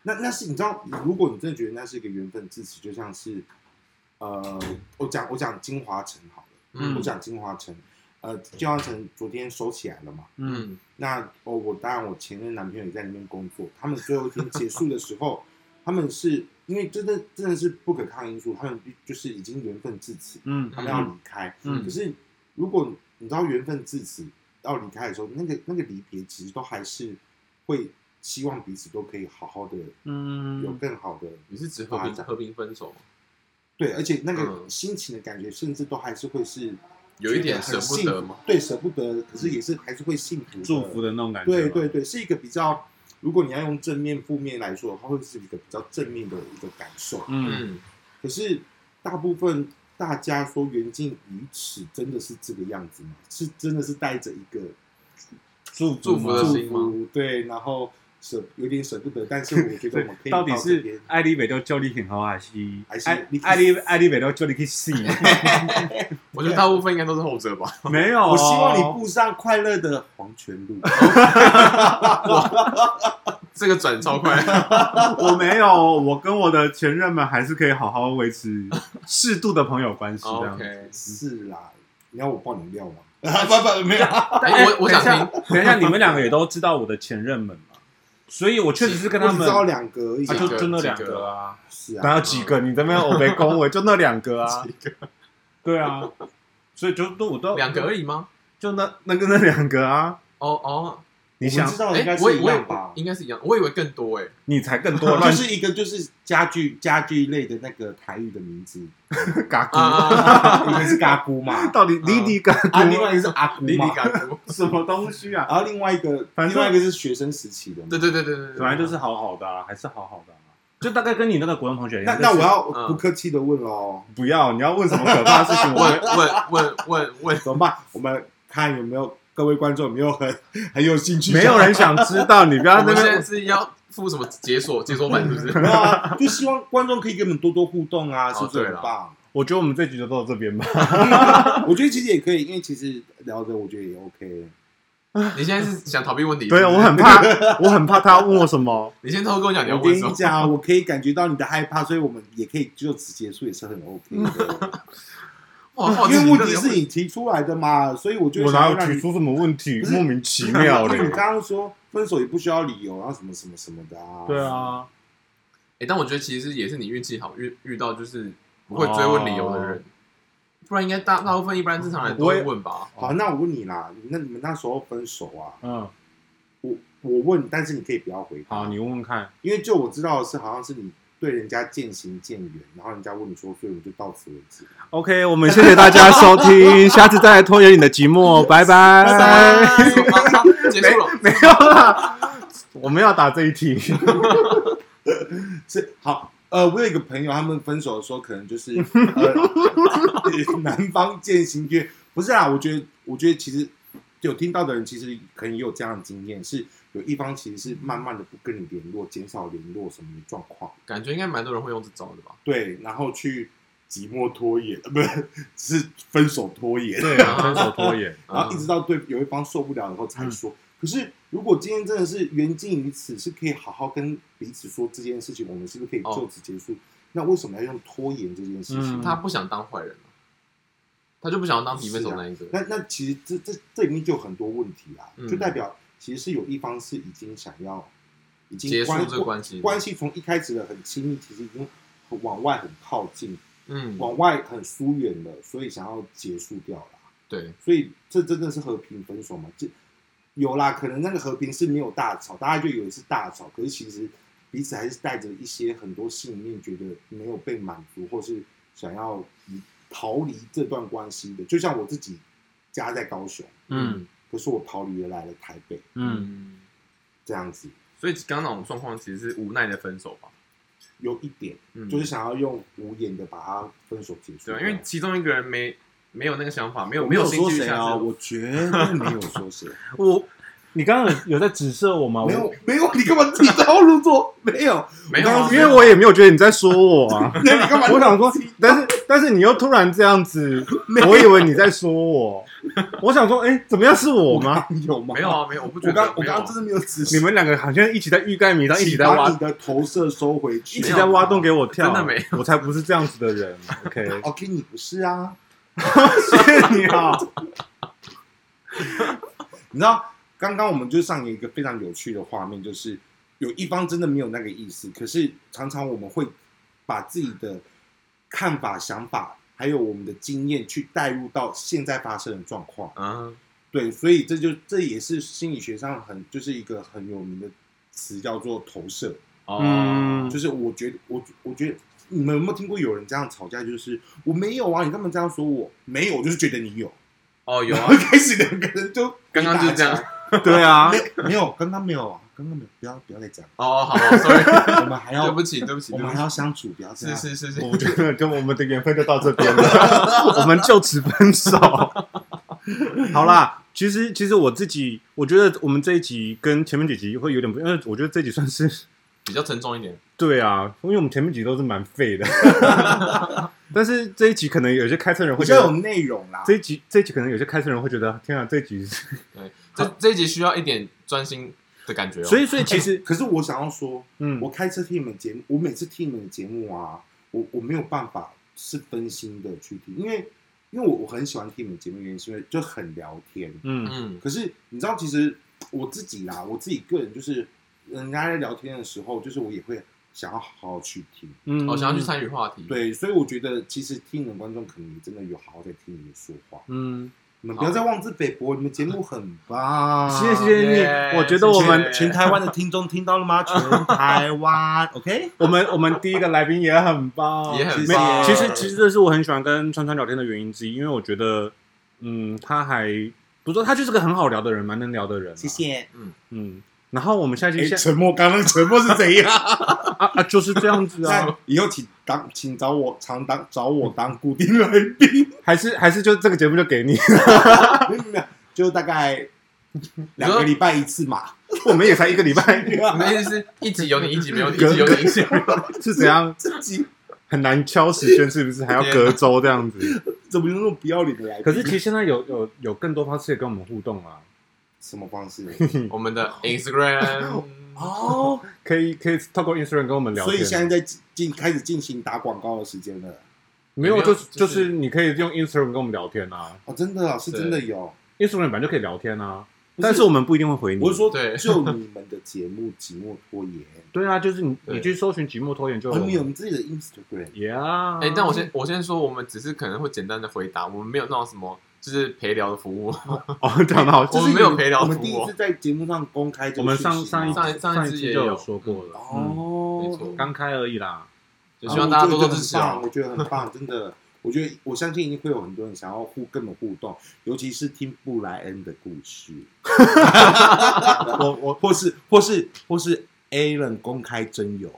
[SPEAKER 3] 那那是你知道，如果你真的觉得那是一个缘分至此，就像是呃，我讲我讲金华城好了，我
[SPEAKER 1] 嗯
[SPEAKER 3] 讲金华城，呃，金华城昨天收起来了嘛。
[SPEAKER 2] (laughs) 嗯。
[SPEAKER 1] 嗯
[SPEAKER 3] 那哦，我当然我前任男朋友也在那边工作，他们最后一天结束的时候，他们是因为真的真的是不可抗因素，他们必就是已经缘分至此，
[SPEAKER 2] 嗯
[SPEAKER 3] 他们要离开。
[SPEAKER 2] 嗯
[SPEAKER 3] 可是如果你知道缘分至此要离开的时候，那个那个离别其实都还是会希望彼此都可以好好的，
[SPEAKER 2] 嗯
[SPEAKER 3] 有更好的
[SPEAKER 1] 你是指和平
[SPEAKER 3] 发展
[SPEAKER 1] 和平分手吗？
[SPEAKER 3] 对，而且那个
[SPEAKER 1] 嗯
[SPEAKER 3] 心情的感觉，甚至都还是会是
[SPEAKER 1] 有一点
[SPEAKER 3] 觉得很
[SPEAKER 1] 舍不
[SPEAKER 3] 幸
[SPEAKER 1] 得
[SPEAKER 3] 福
[SPEAKER 1] 吗？
[SPEAKER 3] 对，舍不得，可是也是还是会幸福
[SPEAKER 2] 祝福的那种感觉。
[SPEAKER 3] 对对，对，是一个比较，如果你要用正面、负面来说的话，会是一个比较正面的一个感受。
[SPEAKER 2] 嗯，
[SPEAKER 1] 嗯，
[SPEAKER 3] 可是大部分大家说缘尽于此，真的是这个样子吗？是真的是带着一个
[SPEAKER 2] 祝福
[SPEAKER 1] 祝福的
[SPEAKER 2] 嘛
[SPEAKER 3] 祝
[SPEAKER 1] 心吗
[SPEAKER 3] 福，对，然后舍有点舍不得，但是
[SPEAKER 2] (laughs)
[SPEAKER 3] 我觉得我们可以
[SPEAKER 2] 到底
[SPEAKER 3] 这边
[SPEAKER 2] 是艾丽北都叫你很好，还是
[SPEAKER 3] 还是
[SPEAKER 2] 艾
[SPEAKER 3] 你去
[SPEAKER 2] 艾丽艾丽北都叫你去死？
[SPEAKER 1] 我觉得大部分应该都是后者吧。
[SPEAKER 2] 没 (laughs) 有哦，
[SPEAKER 3] 我希望你步上快乐的黄泉路。
[SPEAKER 1] 这个转超快，
[SPEAKER 2] 我没有哦，我跟我的前任们还是可以好好维持适度的朋友关系这样。
[SPEAKER 1] OK。
[SPEAKER 3] 是啦，你要我爆你料吗？不不，没有。
[SPEAKER 2] 但
[SPEAKER 1] 哎
[SPEAKER 2] 哎
[SPEAKER 1] 我我想听
[SPEAKER 2] 等一下，等一下，你们两个也都知道我的前任们嘛，所以我确实是跟他
[SPEAKER 3] 我只知道
[SPEAKER 2] 们。
[SPEAKER 3] 两个而已
[SPEAKER 2] 啊，
[SPEAKER 3] 啊，
[SPEAKER 2] 就
[SPEAKER 1] 几个
[SPEAKER 2] 就那两
[SPEAKER 1] 几个
[SPEAKER 2] 个啊，
[SPEAKER 3] 是啊，
[SPEAKER 2] 哪有几个？你这边我没恭维，就那两个啊，对啊，所以就都我都
[SPEAKER 1] 两个而
[SPEAKER 2] 已，
[SPEAKER 1] 已吗？
[SPEAKER 2] 就那那个那两个啊，
[SPEAKER 1] 哦哦，
[SPEAKER 2] 你想
[SPEAKER 3] 我们知道的应
[SPEAKER 1] 哎
[SPEAKER 3] 该，
[SPEAKER 1] 我
[SPEAKER 3] 是
[SPEAKER 1] 以
[SPEAKER 3] 一
[SPEAKER 1] 我以
[SPEAKER 3] 样吧？
[SPEAKER 1] 应该是一样，我以为更多哎、
[SPEAKER 2] 你才更多
[SPEAKER 3] (laughs) 就
[SPEAKER 2] 乱
[SPEAKER 3] 是一个就是家具家具类的那个台语的名字，
[SPEAKER 2] 嘎
[SPEAKER 1] 啊啊
[SPEAKER 2] 咕，
[SPEAKER 1] 啊啊，
[SPEAKER 3] 一个是嘎姑
[SPEAKER 2] (laughs)
[SPEAKER 3] 嘛，
[SPEAKER 2] 到底滴滴嘎
[SPEAKER 3] 啊，另外
[SPEAKER 2] 咕
[SPEAKER 3] 一个是阿姑
[SPEAKER 1] 你你
[SPEAKER 3] 嘛，
[SPEAKER 1] 敢读？
[SPEAKER 2] 什么东西啊？
[SPEAKER 3] 然后另外一个
[SPEAKER 2] 反正
[SPEAKER 3] 另外一个是学生时期的嘛。
[SPEAKER 1] 对对对对对对，
[SPEAKER 2] 本来就是好好的啊，还是好好的啊，就大概跟你那个国中同学一
[SPEAKER 3] 那
[SPEAKER 2] 样。
[SPEAKER 3] 那我要
[SPEAKER 1] 嗯
[SPEAKER 3] 不客气的问喽，
[SPEAKER 2] 不要，你要问什么可怕的事情？
[SPEAKER 3] (laughs)
[SPEAKER 2] 我
[SPEAKER 1] 问问问问问，
[SPEAKER 3] 怎么办？我们看有没有各位观众有没有很很有兴趣？
[SPEAKER 2] 没有人想知道，你不要
[SPEAKER 1] 我
[SPEAKER 2] 在
[SPEAKER 1] 们
[SPEAKER 2] 那
[SPEAKER 1] 现在
[SPEAKER 2] 边。
[SPEAKER 1] 是要付什么解锁解锁版是不是？
[SPEAKER 3] 没有啊，就希望观众可以跟我们多多互动啊，是不
[SPEAKER 1] 哦
[SPEAKER 3] 是
[SPEAKER 1] 对
[SPEAKER 3] 很
[SPEAKER 1] 啦
[SPEAKER 3] 棒？
[SPEAKER 2] 我觉得我们这局就到这
[SPEAKER 3] (laughs)
[SPEAKER 2] 边吧。
[SPEAKER 3] 我觉得其实也可以，因为其实聊的我觉得也 OK。
[SPEAKER 1] 你现在是想逃避问题？
[SPEAKER 2] 对，
[SPEAKER 1] 是不是
[SPEAKER 2] 我很怕，我很怕他问我什么。
[SPEAKER 1] 你先偷偷跟我讲你要
[SPEAKER 3] 我跟
[SPEAKER 1] 问什么
[SPEAKER 3] 你。讲，我可以感觉到你的害怕，所以我们也可以就此结束，也是很 OK 的。
[SPEAKER 1] 哇，好奇
[SPEAKER 3] 因为
[SPEAKER 1] 你
[SPEAKER 3] 问
[SPEAKER 1] 到
[SPEAKER 3] 题
[SPEAKER 1] 底要
[SPEAKER 3] 是你提出来的嘛，所以我 (laughs) 就
[SPEAKER 2] 我哪
[SPEAKER 3] 想要
[SPEAKER 2] 有
[SPEAKER 3] 让
[SPEAKER 2] 提
[SPEAKER 3] 你
[SPEAKER 2] 出什么问题？
[SPEAKER 3] 不是
[SPEAKER 2] 莫名其妙
[SPEAKER 3] (laughs) 因为你
[SPEAKER 2] 的。
[SPEAKER 3] 刚刚说分手也不需要理由，然后什么什么什么的啊。
[SPEAKER 2] 对，啊，
[SPEAKER 1] 哎、但我觉得其实也是你运气好，遇遇到就是不会追问理由的人，不然应该大大部分一般正常人都会问吧？
[SPEAKER 3] 好，那我问你啦，那你们那时候分手啊，
[SPEAKER 2] 嗯，
[SPEAKER 3] 我我问你，但是你可以不要回答。
[SPEAKER 2] 好，你问问看。
[SPEAKER 3] 因为就我知道的是，好像是你对人家渐行渐远，然后人家问你说，所以我就到此为止。
[SPEAKER 2] OK，我们谢谢大
[SPEAKER 3] (laughs)
[SPEAKER 2] 家收听，下次再来拖延你的寂寞，拜拜。
[SPEAKER 1] 拜拜，好好结束了。
[SPEAKER 2] (laughs) 没有啦，我们要打这一
[SPEAKER 3] (laughs)
[SPEAKER 2] 题。
[SPEAKER 3] 是好，呃，我有一个朋友，他们分手的时候，可能就是呃， (laughs) 男方渐行渐远，不是啦，我觉得，我觉得其实有听到的人，其实可能也有这样的经验，是有一方其实是慢慢的不跟你联络，减少联络什么的状况，
[SPEAKER 1] 感觉应该蛮多人会用这招的吧？
[SPEAKER 3] 对，然后去寂寞拖延，呃不是，只是分手拖延，
[SPEAKER 2] 对啊，分手拖延。
[SPEAKER 1] 啊
[SPEAKER 3] (laughs) 然后一直到对有一方受不了以后
[SPEAKER 1] 嗯
[SPEAKER 3] 才说。可是，如果今天真的是缘尽于此，是可以好好跟彼此说这件事情，我们是不是可以
[SPEAKER 1] 哦
[SPEAKER 3] 就此结束？那为什么要用拖延这件事情？
[SPEAKER 2] 嗯
[SPEAKER 1] 他不想当坏人嘛他就不想要当提分手
[SPEAKER 3] 啊
[SPEAKER 1] 那一个。
[SPEAKER 3] (laughs) 那那其实这这这里面就有很多问题啦，
[SPEAKER 1] 嗯
[SPEAKER 3] 就代表其实是有一方是已经想要已经
[SPEAKER 1] 结束
[SPEAKER 3] 关
[SPEAKER 1] 这个关系
[SPEAKER 3] 关系从一开始的很亲密，其实已经很往外很靠近，
[SPEAKER 1] 嗯，
[SPEAKER 3] 往外很疏远了，所以想要结束掉了。
[SPEAKER 1] 对，
[SPEAKER 3] 所以这真的是和平分手嘛？这有啦，可能那个和平是没有大吵，大家就以为是大吵，可是其实彼此还是带着一些很多心里面觉得没有被满足，或是想要离逃离这段关系的。就像我自己家在高雄，
[SPEAKER 2] 嗯
[SPEAKER 3] 可是我逃离了来了台北，
[SPEAKER 2] 嗯，
[SPEAKER 3] 这样子
[SPEAKER 1] 所以刚刚那种状况其实是无奈的分手吧？
[SPEAKER 3] 有一点
[SPEAKER 1] 嗯，
[SPEAKER 3] 就是想要用无言的把它分手结束
[SPEAKER 1] 对
[SPEAKER 3] 掉。
[SPEAKER 1] 啊，因为其中一个人没没有那个想法，没有
[SPEAKER 3] 我
[SPEAKER 1] 没
[SPEAKER 3] 有
[SPEAKER 1] 兴
[SPEAKER 3] 说
[SPEAKER 1] 趣
[SPEAKER 3] 谁
[SPEAKER 1] 下
[SPEAKER 3] 啊，
[SPEAKER 1] 次。
[SPEAKER 3] 我绝对没有说 (laughs) 谁，
[SPEAKER 2] 我，你刚刚有有啊在指涉我吗？
[SPEAKER 3] 没有没有，你干嘛自己套路做？没有，
[SPEAKER 1] 没有、
[SPEAKER 3] 我刚
[SPEAKER 1] 啊
[SPEAKER 3] 刚，
[SPEAKER 2] 因为我也没有觉得你在说我啊。 (laughs)
[SPEAKER 3] 那你干嘛？
[SPEAKER 2] 我想说，但是但是你又突然这样子，我以为你在说我。我想说，哎、怎么样是我吗？
[SPEAKER 3] (laughs) 有吗？
[SPEAKER 1] 没有啊，没有，我不觉
[SPEAKER 3] 我
[SPEAKER 1] 得。
[SPEAKER 3] 刚我
[SPEAKER 1] 没有
[SPEAKER 3] 刚
[SPEAKER 1] 啊
[SPEAKER 3] 刚真的没有仔
[SPEAKER 2] (laughs)
[SPEAKER 3] 细，
[SPEAKER 2] 你们两个好像一起在欲盖弥彰，一起在
[SPEAKER 3] 把
[SPEAKER 2] 挖
[SPEAKER 3] 你，的投射收回去，
[SPEAKER 2] 一起在挖洞给
[SPEAKER 3] 我。
[SPEAKER 2] 我跳。
[SPEAKER 1] 真的没
[SPEAKER 2] 我才不是这样子的人。OK， (laughs)
[SPEAKER 3] OK，你哦不是啊？
[SPEAKER 2] 谢谢你啊。
[SPEAKER 3] 你知道刚刚我们就上演一个非常有趣的画面，就是有一方真的没有那个意思，可是常常我们会把自己的看法、想法，还有我们的经验去带入到现在发生的状况。
[SPEAKER 1] 啊，
[SPEAKER 3] 对，所以这就这也是心理学上很就是一个很有名的词，叫做投射。
[SPEAKER 1] 哦，
[SPEAKER 2] 嗯
[SPEAKER 3] 就是我觉得，我我觉得你们有没有听过有人这样吵架？就是我没有啊，你干嘛这样说我？没有，我就是觉得你有。 (laughs)
[SPEAKER 1] 哦，有
[SPEAKER 3] 然
[SPEAKER 1] 啊
[SPEAKER 3] 后，开始两个人就
[SPEAKER 1] 刚刚就是这样
[SPEAKER 3] 大吵，
[SPEAKER 2] 对啊，
[SPEAKER 3] 没没有，刚刚没有啊，刚刚没有，不要不要再讲，
[SPEAKER 1] 哦，好好，sorry，
[SPEAKER 3] (laughs) 我们还
[SPEAKER 1] (laughs) 对
[SPEAKER 3] 要
[SPEAKER 1] 不起，对不起，
[SPEAKER 3] 我
[SPEAKER 1] 对
[SPEAKER 3] 们
[SPEAKER 1] 不
[SPEAKER 3] 还
[SPEAKER 1] 起，
[SPEAKER 3] 要相处，不要
[SPEAKER 1] 是
[SPEAKER 3] 这样。
[SPEAKER 1] 是是
[SPEAKER 2] 我
[SPEAKER 1] 是，
[SPEAKER 2] 觉 (laughs) 得跟我们的缘分就到这边了， (laughs) 我们就此分手。 (laughs) 好啦，其实其实我自己，我觉得我们这一集跟前面几集会有点不，因为我觉得这集算是
[SPEAKER 1] 比较沉重一点。
[SPEAKER 2] 对啊，因为我们前面几集都是蛮废 (laughs) 的，但是这一集可能有些开车人
[SPEAKER 3] 比
[SPEAKER 2] 会觉
[SPEAKER 3] 较有
[SPEAKER 2] 得，
[SPEAKER 3] 内容啦
[SPEAKER 2] 这。一集这一集可能有些开车人会觉得，天啊，这一 (laughs) 集是，
[SPEAKER 1] 对，这这一集需要一点专心的感觉哦。
[SPEAKER 2] 所以所以其实，
[SPEAKER 3] 可是我想要说，
[SPEAKER 2] 嗯，
[SPEAKER 3] 我开车听你们节目，我每次听你们的节目啊，我我没有办法是分心的去听，因为因为我我很喜欢听你们节目，原因是因为就很聊天，
[SPEAKER 2] 嗯
[SPEAKER 1] 嗯，
[SPEAKER 3] 可是你知道，其实我自己啦，我自己个人就是，人家在聊天的时候，就是我也会想要好好去听。
[SPEAKER 2] 嗯，
[SPEAKER 1] 我哦想要去参与话题。，
[SPEAKER 3] 对，所以我觉得其实听的观众可能也真的有好好在听你们说话，
[SPEAKER 2] 嗯，
[SPEAKER 3] 你们不要再妄自菲薄，你们节目很 (laughs) 棒，
[SPEAKER 2] 谢谢你
[SPEAKER 1] 耶
[SPEAKER 2] 我觉得我们
[SPEAKER 1] 谢谢
[SPEAKER 3] 全台湾的听众听到了吗？全台湾 (laughs) ，OK，
[SPEAKER 2] 我们我们第一个来宾也很棒，
[SPEAKER 1] 也很
[SPEAKER 2] 没有
[SPEAKER 1] 棒
[SPEAKER 2] 其
[SPEAKER 3] 呃
[SPEAKER 2] 实其实这是我很喜欢跟川川聊天的原因之一，因为我觉得，嗯，他还不错，他就是个很好聊的人，蛮能聊的人、啊
[SPEAKER 3] 谢，谢。
[SPEAKER 2] 嗯。然后我们下期
[SPEAKER 3] 哎，
[SPEAKER 2] 下、
[SPEAKER 3] 沉默，刚刚沉默是怎 (laughs) 样？
[SPEAKER 2] 啊啊，就是这样子啊，
[SPEAKER 3] 那以后请当，请找我常当找我当固定来宾，
[SPEAKER 2] 还是还是就这个节目就给你，
[SPEAKER 3] 没有没有，就大概两
[SPEAKER 1] 你说
[SPEAKER 3] 个礼拜一次嘛。
[SPEAKER 2] 我们也才一个礼拜，
[SPEAKER 1] 你的意思是一集有你，一集没有你，一集有你，一集没有你
[SPEAKER 2] 是怎样
[SPEAKER 3] 自己
[SPEAKER 2] 很难敲时间，是不是还要隔周这样
[SPEAKER 3] (laughs)
[SPEAKER 2] 子？
[SPEAKER 3] 怎么有那么不要脸的来宾？
[SPEAKER 2] 可是其实现在有有有更多方式跟我们互动啊，
[SPEAKER 3] 什么方式？
[SPEAKER 1] 我们的 Instagram
[SPEAKER 3] 哦，
[SPEAKER 2] 可以可以透过 Instagram 跟我们聊
[SPEAKER 3] 所
[SPEAKER 2] 天，
[SPEAKER 3] 以现在在进开始进行打广告的时间了。
[SPEAKER 2] 没有就
[SPEAKER 1] 没有
[SPEAKER 2] 就
[SPEAKER 1] 就是
[SPEAKER 2] 是你可以用 Instagram 跟我们聊天啊。
[SPEAKER 3] 哦，真的啊，是真的有。
[SPEAKER 2] Instagram 本来就可以聊天啊，
[SPEAKER 3] 不是
[SPEAKER 2] 但是我们不一定会回你。
[SPEAKER 3] 我是说，
[SPEAKER 1] 对
[SPEAKER 3] 就你们的节目《寂寞拖延
[SPEAKER 2] 对啊，就是你
[SPEAKER 1] 对
[SPEAKER 2] 你去搜寻寂寞拖延》，就
[SPEAKER 3] 哦，你有
[SPEAKER 2] 有啊
[SPEAKER 3] 你们自己的 Instagram，
[SPEAKER 2] ，Yeah。
[SPEAKER 1] 哎、但我先我先说，我们只是可能会简单的回答，我们没有那种什么就是陪聊的服务。 (laughs)
[SPEAKER 2] 哦，讲的好，
[SPEAKER 1] 我
[SPEAKER 2] 就是
[SPEAKER 1] 们没有陪聊
[SPEAKER 3] 我
[SPEAKER 1] 服
[SPEAKER 3] 们第
[SPEAKER 1] 务
[SPEAKER 3] 一次
[SPEAKER 1] 哦，
[SPEAKER 3] 在节目上公开这个
[SPEAKER 2] 我们
[SPEAKER 3] 讯息
[SPEAKER 2] 上
[SPEAKER 3] 吗
[SPEAKER 2] 上一
[SPEAKER 1] 上一
[SPEAKER 2] 上
[SPEAKER 1] 上一
[SPEAKER 2] 期
[SPEAKER 1] 期也
[SPEAKER 2] 就
[SPEAKER 1] 有
[SPEAKER 2] 说过了，嗯，
[SPEAKER 1] 没
[SPEAKER 3] 哦
[SPEAKER 1] 错，
[SPEAKER 2] 刚开而已啦。
[SPEAKER 1] 就希望大家多多支持
[SPEAKER 2] 哦
[SPEAKER 3] 啊！
[SPEAKER 1] 啊
[SPEAKER 3] 我！觉得很棒，真的，我觉得我相信一定会有很多人想要互跟我们互动，尤其是听布莱恩的故事， (laughs)
[SPEAKER 2] 我我
[SPEAKER 3] 或是或是或是 Alan 公开真友，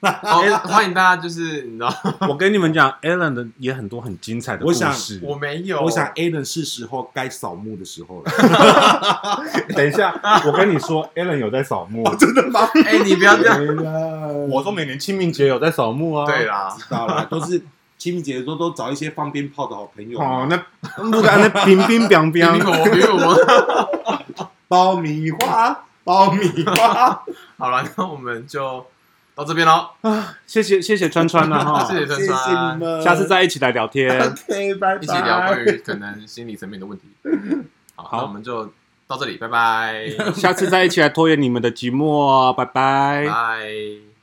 [SPEAKER 1] 好，欢迎大家，就是你知道，
[SPEAKER 2] 我跟你们讲，Alan 的也很多很精彩的故
[SPEAKER 3] 我想
[SPEAKER 2] 事。
[SPEAKER 1] 我没有，
[SPEAKER 3] 我想 Alan 是时候该扫墓的时候了。
[SPEAKER 2] 等一下，我跟你说，Alan 有在扫墓，
[SPEAKER 3] 真的吗？
[SPEAKER 1] 哎、你不要这样。
[SPEAKER 2] 我说每年清明节有在扫墓啊。
[SPEAKER 1] 对啦，
[SPEAKER 3] 知道啦，都是清明节的时候都找一些放鞭炮的好朋友嘛，
[SPEAKER 2] 哦，那不敢那冰冰凉
[SPEAKER 1] 比
[SPEAKER 2] 凉，
[SPEAKER 1] 我比我。
[SPEAKER 3] 爆米花，爆米花，
[SPEAKER 1] 好了，那我们就到这边喽。
[SPEAKER 2] 谢谢谢谢川川了
[SPEAKER 1] (laughs)
[SPEAKER 2] 哈，
[SPEAKER 1] 谢谢
[SPEAKER 3] 谢
[SPEAKER 1] 川
[SPEAKER 3] 谢你
[SPEAKER 1] 川，
[SPEAKER 3] 们，
[SPEAKER 2] 下次再一起来聊天。
[SPEAKER 3] OK，拜拜，
[SPEAKER 1] 一起聊关于可能心理层面的问题。好，
[SPEAKER 2] 好
[SPEAKER 1] 那我们就到这里，拜拜，
[SPEAKER 2] (laughs) 下次再一起来拖延你们的寂寞哦，拜拜。
[SPEAKER 1] 拜。